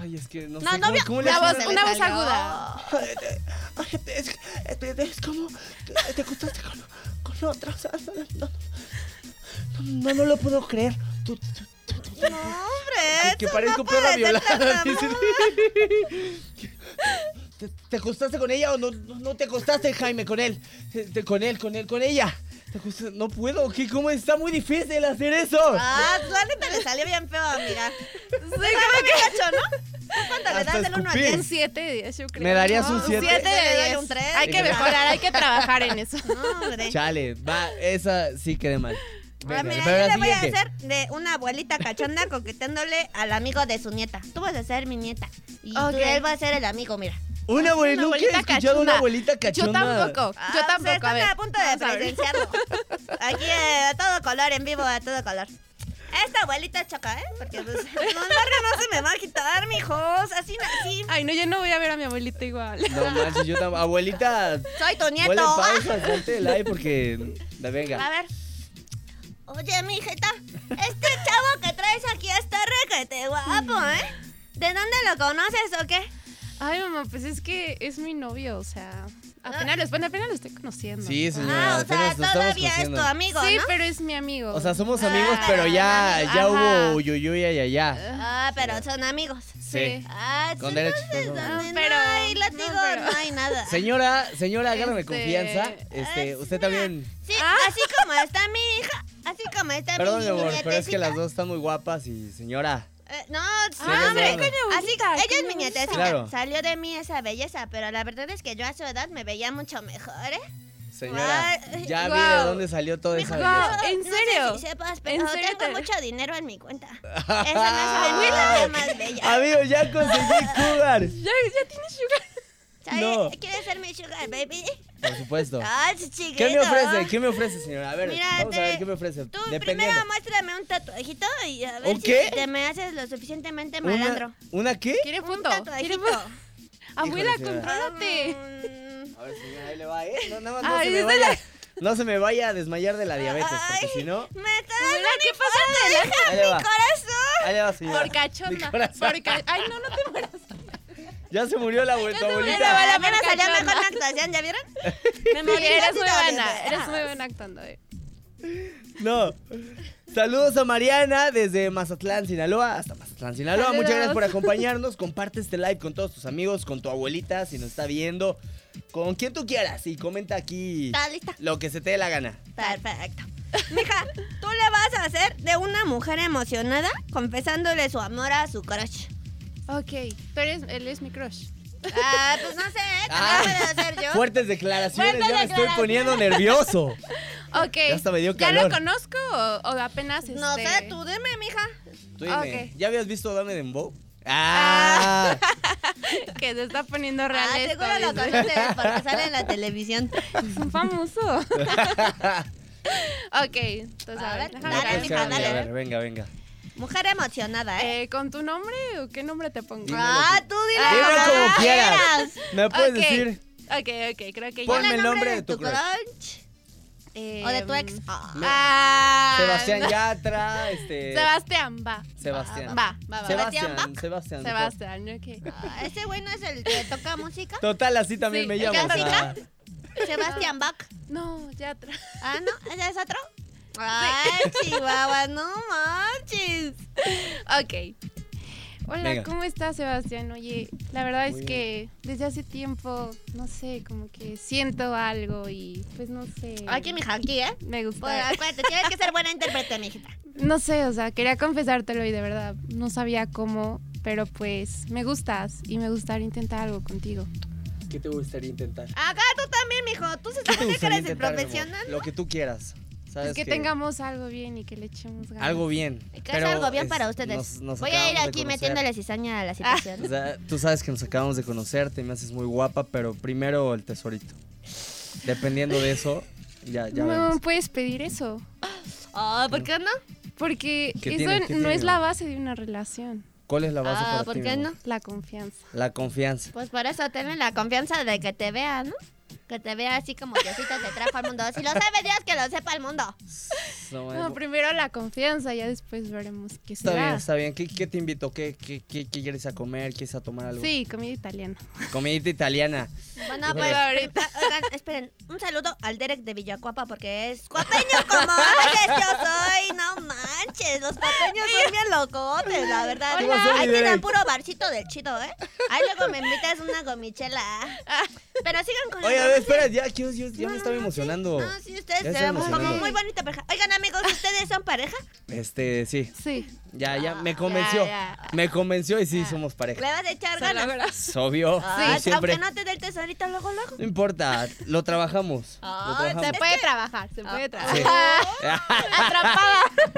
Speaker 3: Ay, es que no,
Speaker 5: Ah. No,
Speaker 3: sé. ¿cómo-
Speaker 5: novio.
Speaker 3: ¿Cómo le
Speaker 4: Una
Speaker 3: haces?
Speaker 4: voz,
Speaker 5: Se le
Speaker 4: una voz
Speaker 5: salió.
Speaker 4: aguda.
Speaker 3: Es, es- es como te- te gustaste con, con otra. o sea, no, no, no, no lo puedo creer. Tú- tú- tú- tú-
Speaker 5: No, hombre.
Speaker 3: que
Speaker 5: eso
Speaker 3: parezco
Speaker 5: no
Speaker 3: perra
Speaker 5: puede ser
Speaker 3: violada.
Speaker 5: tartamudo.
Speaker 3: dice. ¿Te, te acostaste con ella o no, no, no te acostaste, Jaime, con él? Eh, te- con él, con él, con ella. ¿Te acostaste? No puedo, ¿qué? ¿Cómo está muy difícil hacer eso?
Speaker 5: Ah, la neta le salió bien feo, amiga. Sí, que cacho, ¿no? ¿Tú cuánto le
Speaker 3: Hasta
Speaker 5: das del 1 al
Speaker 3: escupí.
Speaker 5: 10?
Speaker 4: Un 7 de 10, yo creo.
Speaker 3: ¿Me darías un
Speaker 4: No,
Speaker 3: siete?
Speaker 4: siete
Speaker 5: Yo le
Speaker 4: de
Speaker 5: doy
Speaker 4: 10.
Speaker 5: un tres.
Speaker 4: Hay que mejorar, hay que trabajar en eso.
Speaker 5: No, hombre.
Speaker 3: Chale, va, esa sí quedé mal.
Speaker 5: Ah,
Speaker 3: Venga,
Speaker 5: mira,
Speaker 3: pero
Speaker 5: yo
Speaker 3: la
Speaker 5: le voy a
Speaker 3: siguiente.
Speaker 5: hacer de una abuelita cachonda coqueteándole al amigo de su nieta. Tú vas a ser mi nieta. Y tú-
Speaker 4: Ok.
Speaker 5: él va a ser el amigo, mira.
Speaker 3: Una abuelita,
Speaker 4: Una
Speaker 3: nunca he
Speaker 4: abuelita
Speaker 3: escuchado
Speaker 4: cachonda.
Speaker 3: una abuelita
Speaker 4: Yo
Speaker 3: cachonda.
Speaker 4: tampoco.
Speaker 5: Ah,
Speaker 4: Yo
Speaker 5: o sea,
Speaker 4: tampoco. A
Speaker 5: están
Speaker 4: ver.
Speaker 5: a punto de
Speaker 4: vamos a ver.
Speaker 5: presenciarlo. Aquí eh, a todo color, en vivo, a todo color. Esta abuelita choca, ¿eh? Porque pues, no, larga no se me va a quitar, mijos. Así nací.
Speaker 4: Ay, no, yo no voy a ver a mi abuelita igual.
Speaker 3: No manches, yo tampoco. Abuelita,
Speaker 5: Soy tu nieto.
Speaker 3: ponle pausa, salte el aire porque. da,
Speaker 5: A
Speaker 3: Venga.
Speaker 5: ver. Oye, mijita, este chavo que traes aquí está requete guapo,
Speaker 3: Mm.
Speaker 5: ¿eh? ¿De dónde lo conoces o qué?
Speaker 4: Ay, mamá, pues es que es mi novio, o sea. Apenas, lo- bueno, apenas lo estoy conociendo.
Speaker 3: Sí,
Speaker 5: Ah,
Speaker 3: señora.
Speaker 5: o sea,
Speaker 3: apenas lo estamos
Speaker 5: todavía es tu
Speaker 3: cociendo.
Speaker 5: amigo,
Speaker 4: Sí,
Speaker 5: ¿no?
Speaker 4: pero es mi amigo.
Speaker 3: O sea, somos amigos,
Speaker 5: Ah,
Speaker 3: pero ya,
Speaker 4: amigo,
Speaker 3: ya
Speaker 4: ajá.
Speaker 3: hubo uyuyuy y allá.
Speaker 5: Ah, pero son amigos.
Speaker 3: Sí.
Speaker 5: Ah,
Speaker 3: Con
Speaker 5: entonces,
Speaker 3: derechos,
Speaker 5: donde
Speaker 3: no,
Speaker 4: no.
Speaker 5: no
Speaker 4: Pero-
Speaker 5: hay látigo,
Speaker 4: no, pero-
Speaker 5: no hay nada.
Speaker 3: Señora, señora, hágame
Speaker 4: Este,
Speaker 3: confianza. Este,
Speaker 5: es
Speaker 3: usted también.
Speaker 5: Sí,
Speaker 4: Ah.
Speaker 5: así como está mi hija, así como está
Speaker 3: Perdón,
Speaker 5: mi
Speaker 3: mi amor, pero es que
Speaker 5: nietecita.
Speaker 3: las dos están muy guapas y señora.
Speaker 5: Eh, no, sí,
Speaker 3: Ah, no,
Speaker 5: hombre,
Speaker 3: no, no.
Speaker 5: así,
Speaker 4: Qué
Speaker 5: ella es mi
Speaker 4: bonita.
Speaker 5: nietecita.
Speaker 3: Claro.
Speaker 5: Salió de mí esa belleza, pero la verdad es que yo a su edad me veía mucho mejor, ¿eh?
Speaker 3: Señora,
Speaker 5: Ay,
Speaker 3: ya vi
Speaker 4: guau.
Speaker 3: de dónde salió Ah, toda esa
Speaker 4: Guau,
Speaker 3: belleza.
Speaker 4: ¿en
Speaker 5: No sé
Speaker 4: serio?
Speaker 5: si sepas,
Speaker 4: ¿En
Speaker 5: pero
Speaker 4: serio
Speaker 5: tengo
Speaker 4: te-
Speaker 5: mucho dinero en mi cuenta. Esa no
Speaker 3: Ah,
Speaker 5: es la niña más bella.
Speaker 3: Amigo, ya conseguí Cougar.
Speaker 4: Ya, ya tienes sugar.
Speaker 5: ¿Sabes?
Speaker 3: no.
Speaker 5: ¿Quieres ser mi sugar baby?
Speaker 3: Por supuesto.
Speaker 5: Ay, chiquito.
Speaker 3: ¿Qué me ofrece? ¿Qué me ofrece, señora? A ver,
Speaker 5: Mira,
Speaker 3: vamos a
Speaker 5: te-
Speaker 3: ver qué me ofrece.
Speaker 5: Tú
Speaker 3: Dependiendo.
Speaker 5: primero muéstrame un tatuajito y a ver
Speaker 3: ¿Un qué?
Speaker 5: si te me haces lo suficientemente malandro.
Speaker 3: ¿Una, ¿Una qué?
Speaker 4: Quiere
Speaker 5: Un
Speaker 4: punto. Quiere
Speaker 5: tatuajito.
Speaker 4: punto. Abuela,
Speaker 3: Híjole, señora.
Speaker 4: contrólate.
Speaker 5: Mm,
Speaker 3: A ver, señora, ahí le va, ¿eh? No, nada más
Speaker 4: Ay,
Speaker 3: no se me
Speaker 4: usted la-
Speaker 3: vaya. No se me vaya a desmayar de la diabetes,
Speaker 5: Ay.
Speaker 3: porque si no.
Speaker 5: Me estás
Speaker 4: Abuela, ¿qué pasa?
Speaker 5: deja
Speaker 3: Ahí le va.
Speaker 5: mi corazón.
Speaker 3: Ahí le va, señora.
Speaker 4: Por cachonda.
Speaker 3: corazón.
Speaker 4: Por ca- Ay, no, no te mueras.
Speaker 3: Ya se murió la abuela,
Speaker 4: Ya se murió
Speaker 3: abuelita.
Speaker 4: la abuela.
Speaker 5: Al menos salió
Speaker 4: cachonda.
Speaker 5: mejor la actuación, ¿ya vieron?
Speaker 4: Memoria, eres muy
Speaker 5: Pobrecita,
Speaker 4: buena.
Speaker 5: bebé.
Speaker 4: Eres muy buena actuando, eh.
Speaker 3: No. Saludos a Mariana desde Mazatlán, Sinaloa, hasta Mazatlán, Sinaloa.
Speaker 4: Saludos.
Speaker 3: Muchas gracias por acompañarnos. Comparte este live con todos tus amigos, con tu abuelita, si nos está viendo, con quien tú quieras. Y comenta aquí
Speaker 5: ¿Estás lista?
Speaker 3: lo que se te dé la gana.
Speaker 5: Perfecto. Mija, tú le vas a hacer de una mujer emocionada confesándole su amor a su crush.
Speaker 4: Ok, tú eres, él es mi crush.
Speaker 5: Ah, pues no sé, ¿eh?
Speaker 3: Ah.
Speaker 5: también puedo hacer yo.
Speaker 3: Fuertes declaraciones,
Speaker 4: Fuertes
Speaker 3: ya me estoy
Speaker 4: declaraciones.
Speaker 3: poniendo nervioso.
Speaker 4: Ok.
Speaker 3: Ya hasta me dio
Speaker 4: ¿Ya
Speaker 3: calor.
Speaker 4: lo conozco o, o apenas este...
Speaker 5: No sé, tú dime, mija.
Speaker 3: Tú dime,
Speaker 4: Ok.
Speaker 3: ¿ya habías visto Dame Dembow? Ah,
Speaker 4: Que se está poniendo real
Speaker 5: Ah,
Speaker 4: esto,
Speaker 5: seguro lo
Speaker 4: dice.
Speaker 5: conoces porque sale en la televisión.
Speaker 4: Es un famoso. ok, entonces
Speaker 5: A
Speaker 4: a
Speaker 5: ver,
Speaker 4: ver. déjame
Speaker 3: No,
Speaker 5: dale,
Speaker 4: ver,
Speaker 3: pues,
Speaker 5: mija,
Speaker 3: espérame,
Speaker 4: déjame
Speaker 5: dale.
Speaker 3: A
Speaker 4: ver.
Speaker 3: ver, venga, venga.
Speaker 5: Mujer emocionada, ¿eh?
Speaker 4: Eh, ¿Con tu nombre o qué nombre te pongo?
Speaker 3: Dime.
Speaker 5: ah, tú dile
Speaker 4: Dime
Speaker 5: lo que
Speaker 3: como
Speaker 5: tú
Speaker 3: quieras. Me puedes
Speaker 4: Ok.
Speaker 3: decir,
Speaker 4: Ok, ok, creo que ya.
Speaker 3: Ponme
Speaker 5: Dile
Speaker 3: el nombre de tu crush.
Speaker 5: crush.
Speaker 4: eh,
Speaker 2: O de tu ex.
Speaker 5: Em,
Speaker 4: ah,
Speaker 3: Sebastián
Speaker 4: no.
Speaker 3: Yatra, este.
Speaker 4: Sebastián, va.
Speaker 3: Sebastián.
Speaker 4: Va, va, va. va.
Speaker 3: Sebastián,
Speaker 2: Sebastián
Speaker 3: Sebastián.
Speaker 4: Sebastián, ok.
Speaker 5: Ah, Ese güey no es el que toca música.
Speaker 3: Total, así también
Speaker 4: Sí,
Speaker 3: me
Speaker 4: ¿el
Speaker 3: llamo. o sea,
Speaker 5: Cantica? Sebastián Bach.
Speaker 4: No, ya atrás.
Speaker 5: Ah, no, ese es otro. Ay, Chihuahua, no manches.
Speaker 4: Ok. Hola,
Speaker 3: Venga.
Speaker 4: ¿cómo estás, Sebastián? Oye, la
Speaker 3: Muy
Speaker 4: verdad es
Speaker 3: bien.
Speaker 4: que desde hace tiempo, no sé, como que siento algo y pues no sé.
Speaker 5: Aquí, mija, aquí, ¿eh?
Speaker 4: me gusta.
Speaker 5: Pues acuérdate, tienes que ser buena intérprete, mijita.
Speaker 4: No sé, o sea, quería confesártelo y de verdad no sabía cómo, pero pues me gustas y me gustaría intentar algo contigo. Pues,
Speaker 3: ¿Qué te gustaría intentar?
Speaker 5: Acá tú también, mijo. Tú se
Speaker 3: ¿Qué te
Speaker 5: supone que
Speaker 3: gustaría
Speaker 5: eres el
Speaker 3: intentar, mi amor?
Speaker 5: profesional.
Speaker 3: Lo que tú quieras. ¿Sabes
Speaker 4: Pues que
Speaker 3: qué?
Speaker 4: tengamos algo bien y que le echemos ganas.
Speaker 3: Algo bien.
Speaker 5: Que es algo bien para ustedes. Voy a ir aquí
Speaker 3: metiéndole
Speaker 5: metiéndole cizaña a la situación.
Speaker 3: O sea, tú sabes que nos acabamos de conocer, te me haces muy guapa, pero primero el tesorito. Dependiendo de eso, ya, ya
Speaker 4: no
Speaker 3: vemos.
Speaker 4: puedes pedir eso,
Speaker 5: Ah, ¿por qué no?
Speaker 4: porque eso
Speaker 3: ¿Qué tiene? ¿Qué
Speaker 4: no
Speaker 3: tiene?
Speaker 4: es la base de una relación,
Speaker 3: ¿Cuál es la base
Speaker 5: Ah,
Speaker 3: para
Speaker 5: ¿por
Speaker 3: ti, mi
Speaker 5: qué
Speaker 3: amor?
Speaker 5: no?
Speaker 4: la confianza.
Speaker 3: La confianza.
Speaker 5: Pues por eso tenme la confianza de que te vea, ¿no? Que te vea así como Diosita te trajo al mundo. Si lo sabe Dios, que lo sepa el mundo.
Speaker 3: No,
Speaker 4: No,
Speaker 3: eh,
Speaker 4: primero la confianza, ya después veremos qué
Speaker 3: está bien,
Speaker 4: será.
Speaker 3: está bien. ¿Qué, qué te invito? ¿Qué, qué, qué, qué quieres a comer? ¿Quieres a tomar algo?
Speaker 4: Sí, comida italiana.
Speaker 3: Comidita italiana.
Speaker 5: Bueno,
Speaker 3: Híjole.
Speaker 5: pues. ahorita- Oigan, esperen. Un saludo al Derek de Villacuapa porque es cuateño como antes yo soy. No manches, los cuateños son bien locotes, la verdad.
Speaker 3: ¿Qué pasó, mi
Speaker 5: Ahí tienen
Speaker 3: Derek?
Speaker 5: puro barcito del chido, ¿eh? Ahí luego me invitas una gomichela. Pero sigan con la
Speaker 3: Oye, a ver,
Speaker 5: información.
Speaker 3: espera, ya, que yo, yo- ya me estaba emocionando.
Speaker 5: No, Ah, sí, ustedes
Speaker 3: Oh. Ya
Speaker 5: se
Speaker 3: estoy
Speaker 5: ven como
Speaker 3: emocionando.
Speaker 5: muy bonita pareja. Oigan, amigos, ¿ustedes son pareja?
Speaker 3: Este, sí.
Speaker 4: Sí.
Speaker 3: Ya,
Speaker 5: Ah,
Speaker 3: ya, me convenció.
Speaker 4: ya.
Speaker 3: Me convenció y sí, somos
Speaker 5: ¿Le
Speaker 3: pareja.
Speaker 5: vas a echar
Speaker 4: Se
Speaker 5: ganas?
Speaker 4: logra.
Speaker 3: Es obvio.
Speaker 5: Ah,
Speaker 3: yo siempre.
Speaker 5: Aunque no te dé el tesorito luego, luego.
Speaker 3: No importa, lo trabajamos. lo
Speaker 5: Ay,
Speaker 3: trabajamos.
Speaker 4: Se puede trabajar, se puede trabajar.
Speaker 3: Sí.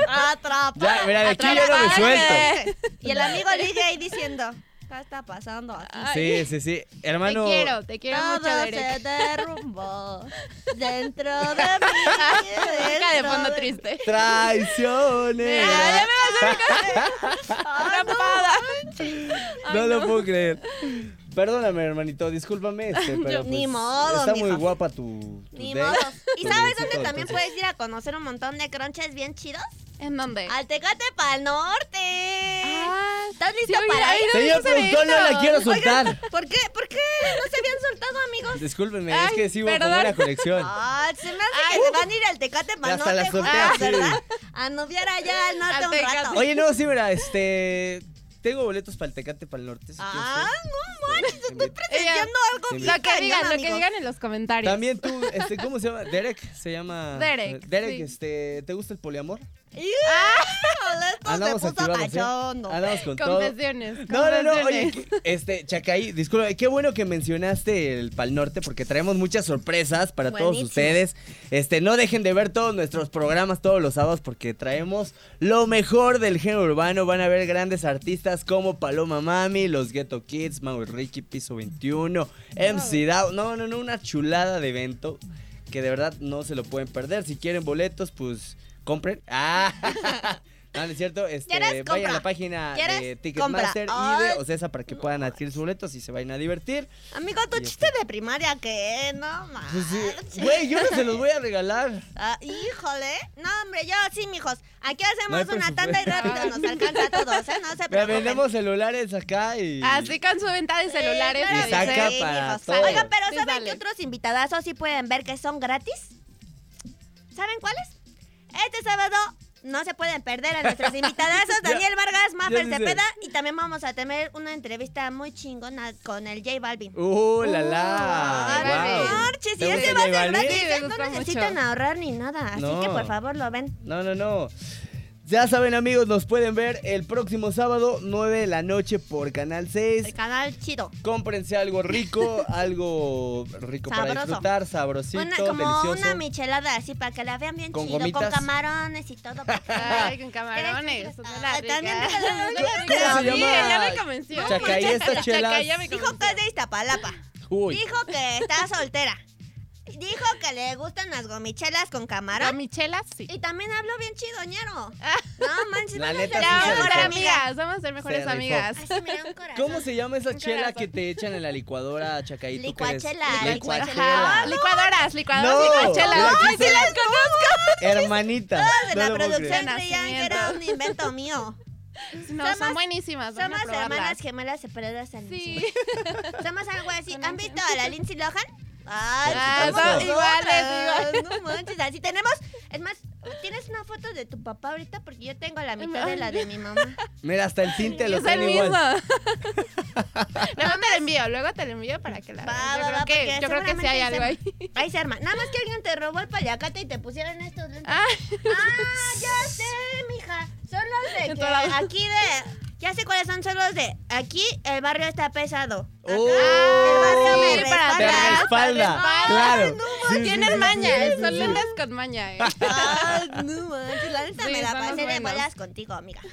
Speaker 5: Atrapa.
Speaker 3: Ya, mira, de aquí yo no me suelto.
Speaker 5: Y el amigo ligue ahí diciendo, ¿qué está pasando aquí?
Speaker 3: Sí, sí, sí. Hermano.
Speaker 4: Te quiero, te quiero
Speaker 5: Todo
Speaker 4: mucho,
Speaker 5: se
Speaker 4: Derek.
Speaker 5: derrumbó dentro de mí.
Speaker 4: Música de
Speaker 5: dentro
Speaker 4: fondo triste.
Speaker 3: Traiciones.
Speaker 5: Ay, no.
Speaker 3: no lo puedo creer. Perdóname, hermanito, discúlpame. Este, pero
Speaker 5: Ni
Speaker 3: pues,
Speaker 5: modo,
Speaker 3: Está
Speaker 5: mijo.
Speaker 3: muy guapa tu. tu
Speaker 5: Ni
Speaker 3: date,
Speaker 5: modo. ¿Y
Speaker 3: tu
Speaker 5: sabes
Speaker 3: noviecito,
Speaker 5: dónde también
Speaker 3: entonces.
Speaker 5: puedes ir a conocer un montón de cronches bien chidos?
Speaker 4: ¿En dónde?
Speaker 5: Al Tecate Pa'l Norte.
Speaker 4: Eh. Ah,
Speaker 5: ¿Estás listo
Speaker 4: sí, oye,
Speaker 5: para
Speaker 4: ahí
Speaker 5: ir?
Speaker 4: no
Speaker 3: Señor
Speaker 4: dice de
Speaker 3: productor, no
Speaker 4: eso.
Speaker 3: la quiero soltar.
Speaker 5: ¿Por qué? ¿Por qué no se habían soltado, amigos?
Speaker 3: Discúlpenme, es
Speaker 4: Ay,
Speaker 3: que sí hubo como
Speaker 4: perdón.
Speaker 3: una conexión.
Speaker 5: Ah, se me hace que se van a ir al Tecate
Speaker 3: Ya
Speaker 5: Pa'l
Speaker 3: hasta
Speaker 5: Norte
Speaker 3: la solté
Speaker 5: juntos,
Speaker 3: así.
Speaker 5: ¿verdad? A noviar allá al norte
Speaker 4: Al
Speaker 5: un
Speaker 4: Tecate.
Speaker 5: rato.
Speaker 3: Oye, no, sí, mira, este. Tengo boletos para el Tecate, para el norte. si quieres
Speaker 5: Ah,
Speaker 3: ir.
Speaker 5: no manches,
Speaker 3: Te
Speaker 5: estoy
Speaker 3: invito.
Speaker 5: presenciando algo
Speaker 3: Te
Speaker 5: bien
Speaker 3: invito.
Speaker 4: Lo que
Speaker 5: cañón,
Speaker 4: digan, lo que
Speaker 5: amigos.
Speaker 4: digan en los comentarios.
Speaker 3: También tú, este, ¿cómo se llama? Derek, se llama.
Speaker 4: Derek,
Speaker 3: Derek,
Speaker 4: sí.
Speaker 3: este, ¿te gusta el poliamor?
Speaker 5: ¡Ah! Esto se puso
Speaker 3: activados, ¿eh?
Speaker 5: cachondo.
Speaker 3: Andamos con todo.
Speaker 4: Confesiones.
Speaker 3: No, no, no, oye,
Speaker 4: confesiones.
Speaker 3: que- este, Chacaí, disculpa, qué bueno que mencionaste el Pal Norte porque traemos muchas sorpresas para todos
Speaker 5: Buenísimo.
Speaker 3: ustedes. Este, no dejen de ver todos nuestros programas todos los sábados porque traemos lo mejor del género urbano. Van a ver grandes artistas como Paloma Mami, los Ghetto Kids, Mau y Ricky, Piso 21, MC Dao. No, no, no, una chulada de evento que de verdad no se lo pueden perder. Si quieren boletos, pues compren. Ah. No, no es cierto, este,
Speaker 5: ¿Quieres?
Speaker 3: vayan a la
Speaker 5: Compra.
Speaker 3: página de
Speaker 5: ¿Quieres?
Speaker 3: Ticketmaster
Speaker 5: Compra.
Speaker 3: y de
Speaker 5: Ay.
Speaker 3: Ocesa para que puedan adquirir sus boletos y se vayan a divertir.
Speaker 5: Amigo, tu
Speaker 3: Y
Speaker 5: chiste de primaria, ¿qué? No manches.
Speaker 3: Pues, eh, güey, yo no se los voy a regalar.
Speaker 5: Ah, híjole. No, hombre, yo sí, mijos. Aquí
Speaker 3: No hay
Speaker 5: hacemos una tanda y rápido
Speaker 4: presupuesto.
Speaker 5: nos alcanza a todos, ¿eh? No se
Speaker 3: Mira,
Speaker 5: preocupen.
Speaker 3: vendemos celulares acá y.
Speaker 5: Ah,
Speaker 4: Así con su venta de celulares.
Speaker 5: Sí,
Speaker 3: Y
Speaker 4: la
Speaker 5: claro que
Speaker 3: saca
Speaker 5: sí,
Speaker 3: para
Speaker 5: mijos.
Speaker 3: todo.
Speaker 5: Oigan, pero
Speaker 4: Sí
Speaker 5: ¿saben
Speaker 4: sale.
Speaker 5: que otros invitadazos sí pueden ver que son gratis? ¿Saben cuáles? Este sábado no se pueden perder a nuestros invitadazos
Speaker 3: Ya,
Speaker 5: Daniel Vargas, Maffer
Speaker 3: sí sé.
Speaker 5: Cepeda y también vamos a tener una entrevista muy chingona con el J Balvin.
Speaker 3: ¡Uh, la la!
Speaker 5: Uh,
Speaker 4: Ay,
Speaker 3: guau.
Speaker 4: Balvin.
Speaker 5: Marches,
Speaker 3: ¿Te
Speaker 5: y
Speaker 3: gusta
Speaker 5: ese
Speaker 3: el
Speaker 5: va a
Speaker 3: de
Speaker 5: ser
Speaker 3: Balvin?
Speaker 5: gratis,
Speaker 4: Sí, me
Speaker 5: no
Speaker 4: gusta
Speaker 5: necesitan
Speaker 4: mucho.
Speaker 5: ahorrar ni nada, así
Speaker 3: No.
Speaker 5: que por favor lo ven.
Speaker 3: No, no, no. Ya saben, amigos, nos pueden ver el próximo sábado, 9 de la noche por Canal 6.
Speaker 5: El canal chido.
Speaker 3: Cómprense algo rico, algo rico para
Speaker 5: Sabroso.
Speaker 3: disfrutar, sabrosito,
Speaker 5: Una, como
Speaker 3: delicioso.
Speaker 5: una michelada así para que la vean bien
Speaker 3: Con
Speaker 5: chido,
Speaker 3: gomitas.
Speaker 5: con camarones y todo. para que-
Speaker 4: Ay, con camarones. son de
Speaker 5: Ah,
Speaker 4: la
Speaker 5: también
Speaker 4: rica.
Speaker 5: te la-
Speaker 3: ¿Cómo se
Speaker 4: Sí,
Speaker 3: llama?
Speaker 4: ya me convenció.
Speaker 3: Chacay, esta chela.
Speaker 4: Chacay, ya me
Speaker 5: Dijo que es de Iztapalapa.
Speaker 3: Uy.
Speaker 5: Dijo que está soltera. Dijo que le gustan las gomichelas con
Speaker 4: Para
Speaker 5: camarón.
Speaker 4: Michela, sí.
Speaker 5: Y también habló bien chido, ñero. No manches,
Speaker 3: Ah. La
Speaker 5: no
Speaker 3: neta,
Speaker 5: le
Speaker 3: sí
Speaker 4: Ya
Speaker 3: se
Speaker 5: salió
Speaker 4: vamos
Speaker 5: mejor amiga.
Speaker 3: rifó.
Speaker 4: a ser amigas, vamos a ser mejores
Speaker 3: rifó.
Speaker 4: amigas.
Speaker 5: Así me da un corazón.
Speaker 3: ¿Cómo se llama esa
Speaker 4: Un
Speaker 3: chela
Speaker 4: corazón.
Speaker 3: que te echan en la licuadora, Chacaí? ¿Tú que eres-
Speaker 5: Licuachela,
Speaker 3: Licuachela.
Speaker 5: licuachela.
Speaker 4: Ajá, Licuadoras, licuadoras,
Speaker 3: No,
Speaker 4: licuachelas.
Speaker 3: mira, aquí
Speaker 4: Ah, Ay,
Speaker 3: se
Speaker 4: sí
Speaker 3: la-
Speaker 4: las Ah,
Speaker 3: Hermanita.
Speaker 5: Todas de
Speaker 3: no
Speaker 5: la
Speaker 3: lo puedo
Speaker 5: producción
Speaker 3: creer.
Speaker 5: creían que era un invento mío.
Speaker 4: No,
Speaker 5: Somos-
Speaker 4: son buenísimas. Van a
Speaker 5: Somos hermanas
Speaker 4: probarlas.
Speaker 5: gemelas separadas al mismo
Speaker 4: Sí.
Speaker 5: tiempo. Somos algo así.
Speaker 4: Con
Speaker 5: ¿Han
Speaker 4: ansiedad.
Speaker 5: visto a la Lindsay Lohan? Ay,
Speaker 4: Ah,
Speaker 5: somos
Speaker 4: son
Speaker 5: nosotras.
Speaker 4: iguales,
Speaker 5: No manches, así tenemos. Es más, ¿tienes una foto de tu papá ahorita? Porque yo tengo la mitad de la de mi mamá.
Speaker 3: Mira, hasta el cinte lo
Speaker 4: es el
Speaker 3: tiene
Speaker 4: mismo.
Speaker 3: igual.
Speaker 4: luego te lo envío, luego te lo envío para que la
Speaker 5: Va,
Speaker 4: veas. Yo
Speaker 5: va, va,
Speaker 4: creo que,
Speaker 5: porque
Speaker 4: yo creo que sí
Speaker 5: seguramente
Speaker 4: hay algo ahí.
Speaker 5: se- Ahí se arma. Nada más que alguien te robó el payacate y te pusieron estos lentes.
Speaker 4: Ah,
Speaker 5: Ah, ya sé, mija. Son los de
Speaker 4: En
Speaker 5: que
Speaker 4: todo lado.
Speaker 5: aquí de. Ya sé cuáles son, son los de. Aquí el barrio está pesado. Acá
Speaker 3: Oh.
Speaker 5: el barrio me
Speaker 4: Sí, para
Speaker 5: respalda.
Speaker 3: Te
Speaker 4: atrás.
Speaker 3: respalda.
Speaker 4: Ay,
Speaker 3: Claro. Sí, sí, sí,
Speaker 4: tienes
Speaker 3: sí, sí,
Speaker 4: maña,
Speaker 3: sí,
Speaker 4: eh, son
Speaker 3: sí.
Speaker 4: lentes con maña. eh.
Speaker 5: Ay, no manches, la neta
Speaker 4: Sí,
Speaker 5: me la
Speaker 4: son los
Speaker 5: pasé de
Speaker 4: buenos.
Speaker 5: bolas contigo, amiga.
Speaker 3: De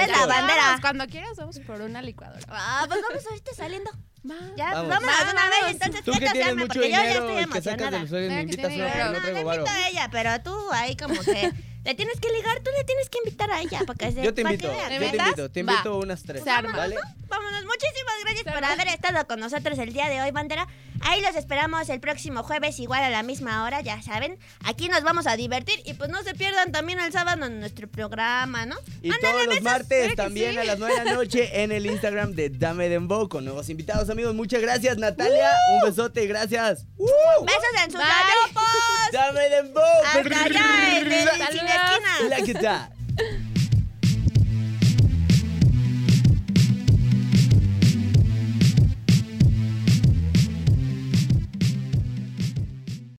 Speaker 5: Es la
Speaker 3: acuerdo.
Speaker 5: bandera.
Speaker 4: Vamos, Cuando quieras vamos por una licuadora.
Speaker 5: Ah, pues vamos ahorita saliendo.
Speaker 4: Va.
Speaker 5: Ya,
Speaker 3: Vamos.
Speaker 5: pues vámonos de una vez,
Speaker 4: Vámonos.
Speaker 5: entonces
Speaker 3: Tú
Speaker 5: vete
Speaker 3: que
Speaker 5: a
Speaker 3: tienes
Speaker 5: hacerme,
Speaker 3: mucho
Speaker 5: porque yo ya
Speaker 3: dinero
Speaker 5: estoy
Speaker 3: y que sacas
Speaker 5: emocionada.
Speaker 3: de los oídos, me
Speaker 4: Claro que
Speaker 3: invitas
Speaker 4: tiene
Speaker 3: una que
Speaker 4: dinero.
Speaker 5: No,
Speaker 3: no
Speaker 5: le
Speaker 3: traigo
Speaker 5: invito
Speaker 3: varo.
Speaker 5: a ella, pero tú ahí como que le tienes que ligar, tú le tienes que invitar a ella para que se
Speaker 3: Yo te
Speaker 5: para
Speaker 3: invito,
Speaker 5: que
Speaker 4: ¿Me
Speaker 3: yo
Speaker 5: vean.
Speaker 3: te
Speaker 4: invitas?
Speaker 3: invito, te
Speaker 4: Va.
Speaker 3: invito unas tres.
Speaker 4: Se arma.
Speaker 3: ¿Vale?
Speaker 5: Vámonos, muchísimas gracias por
Speaker 4: Cerramos.
Speaker 5: haber estado con nosotros el día de hoy, bandera. Ahí los esperamos el próximo jueves, igual a la misma hora, ya saben. Aquí nos vamos a divertir y pues no se pierdan también el sábado en nuestro programa, Ah, ¿no?
Speaker 3: Y
Speaker 5: Ándale,
Speaker 3: todos los
Speaker 5: besos.
Speaker 3: martes
Speaker 4: que
Speaker 3: también
Speaker 4: sí.
Speaker 3: a las 9 de la noche en el Instagram de Dame Dembow con nuevos invitados, amigos. Muchas gracias, Natalia. Un besote, gracias. ¡Uh!
Speaker 5: Besos en sus
Speaker 4: Bye.
Speaker 5: galopos.
Speaker 3: Dame Dembow.
Speaker 5: Hasta allá en el- sin
Speaker 4: Saludos.
Speaker 5: esquina.
Speaker 3: La que está.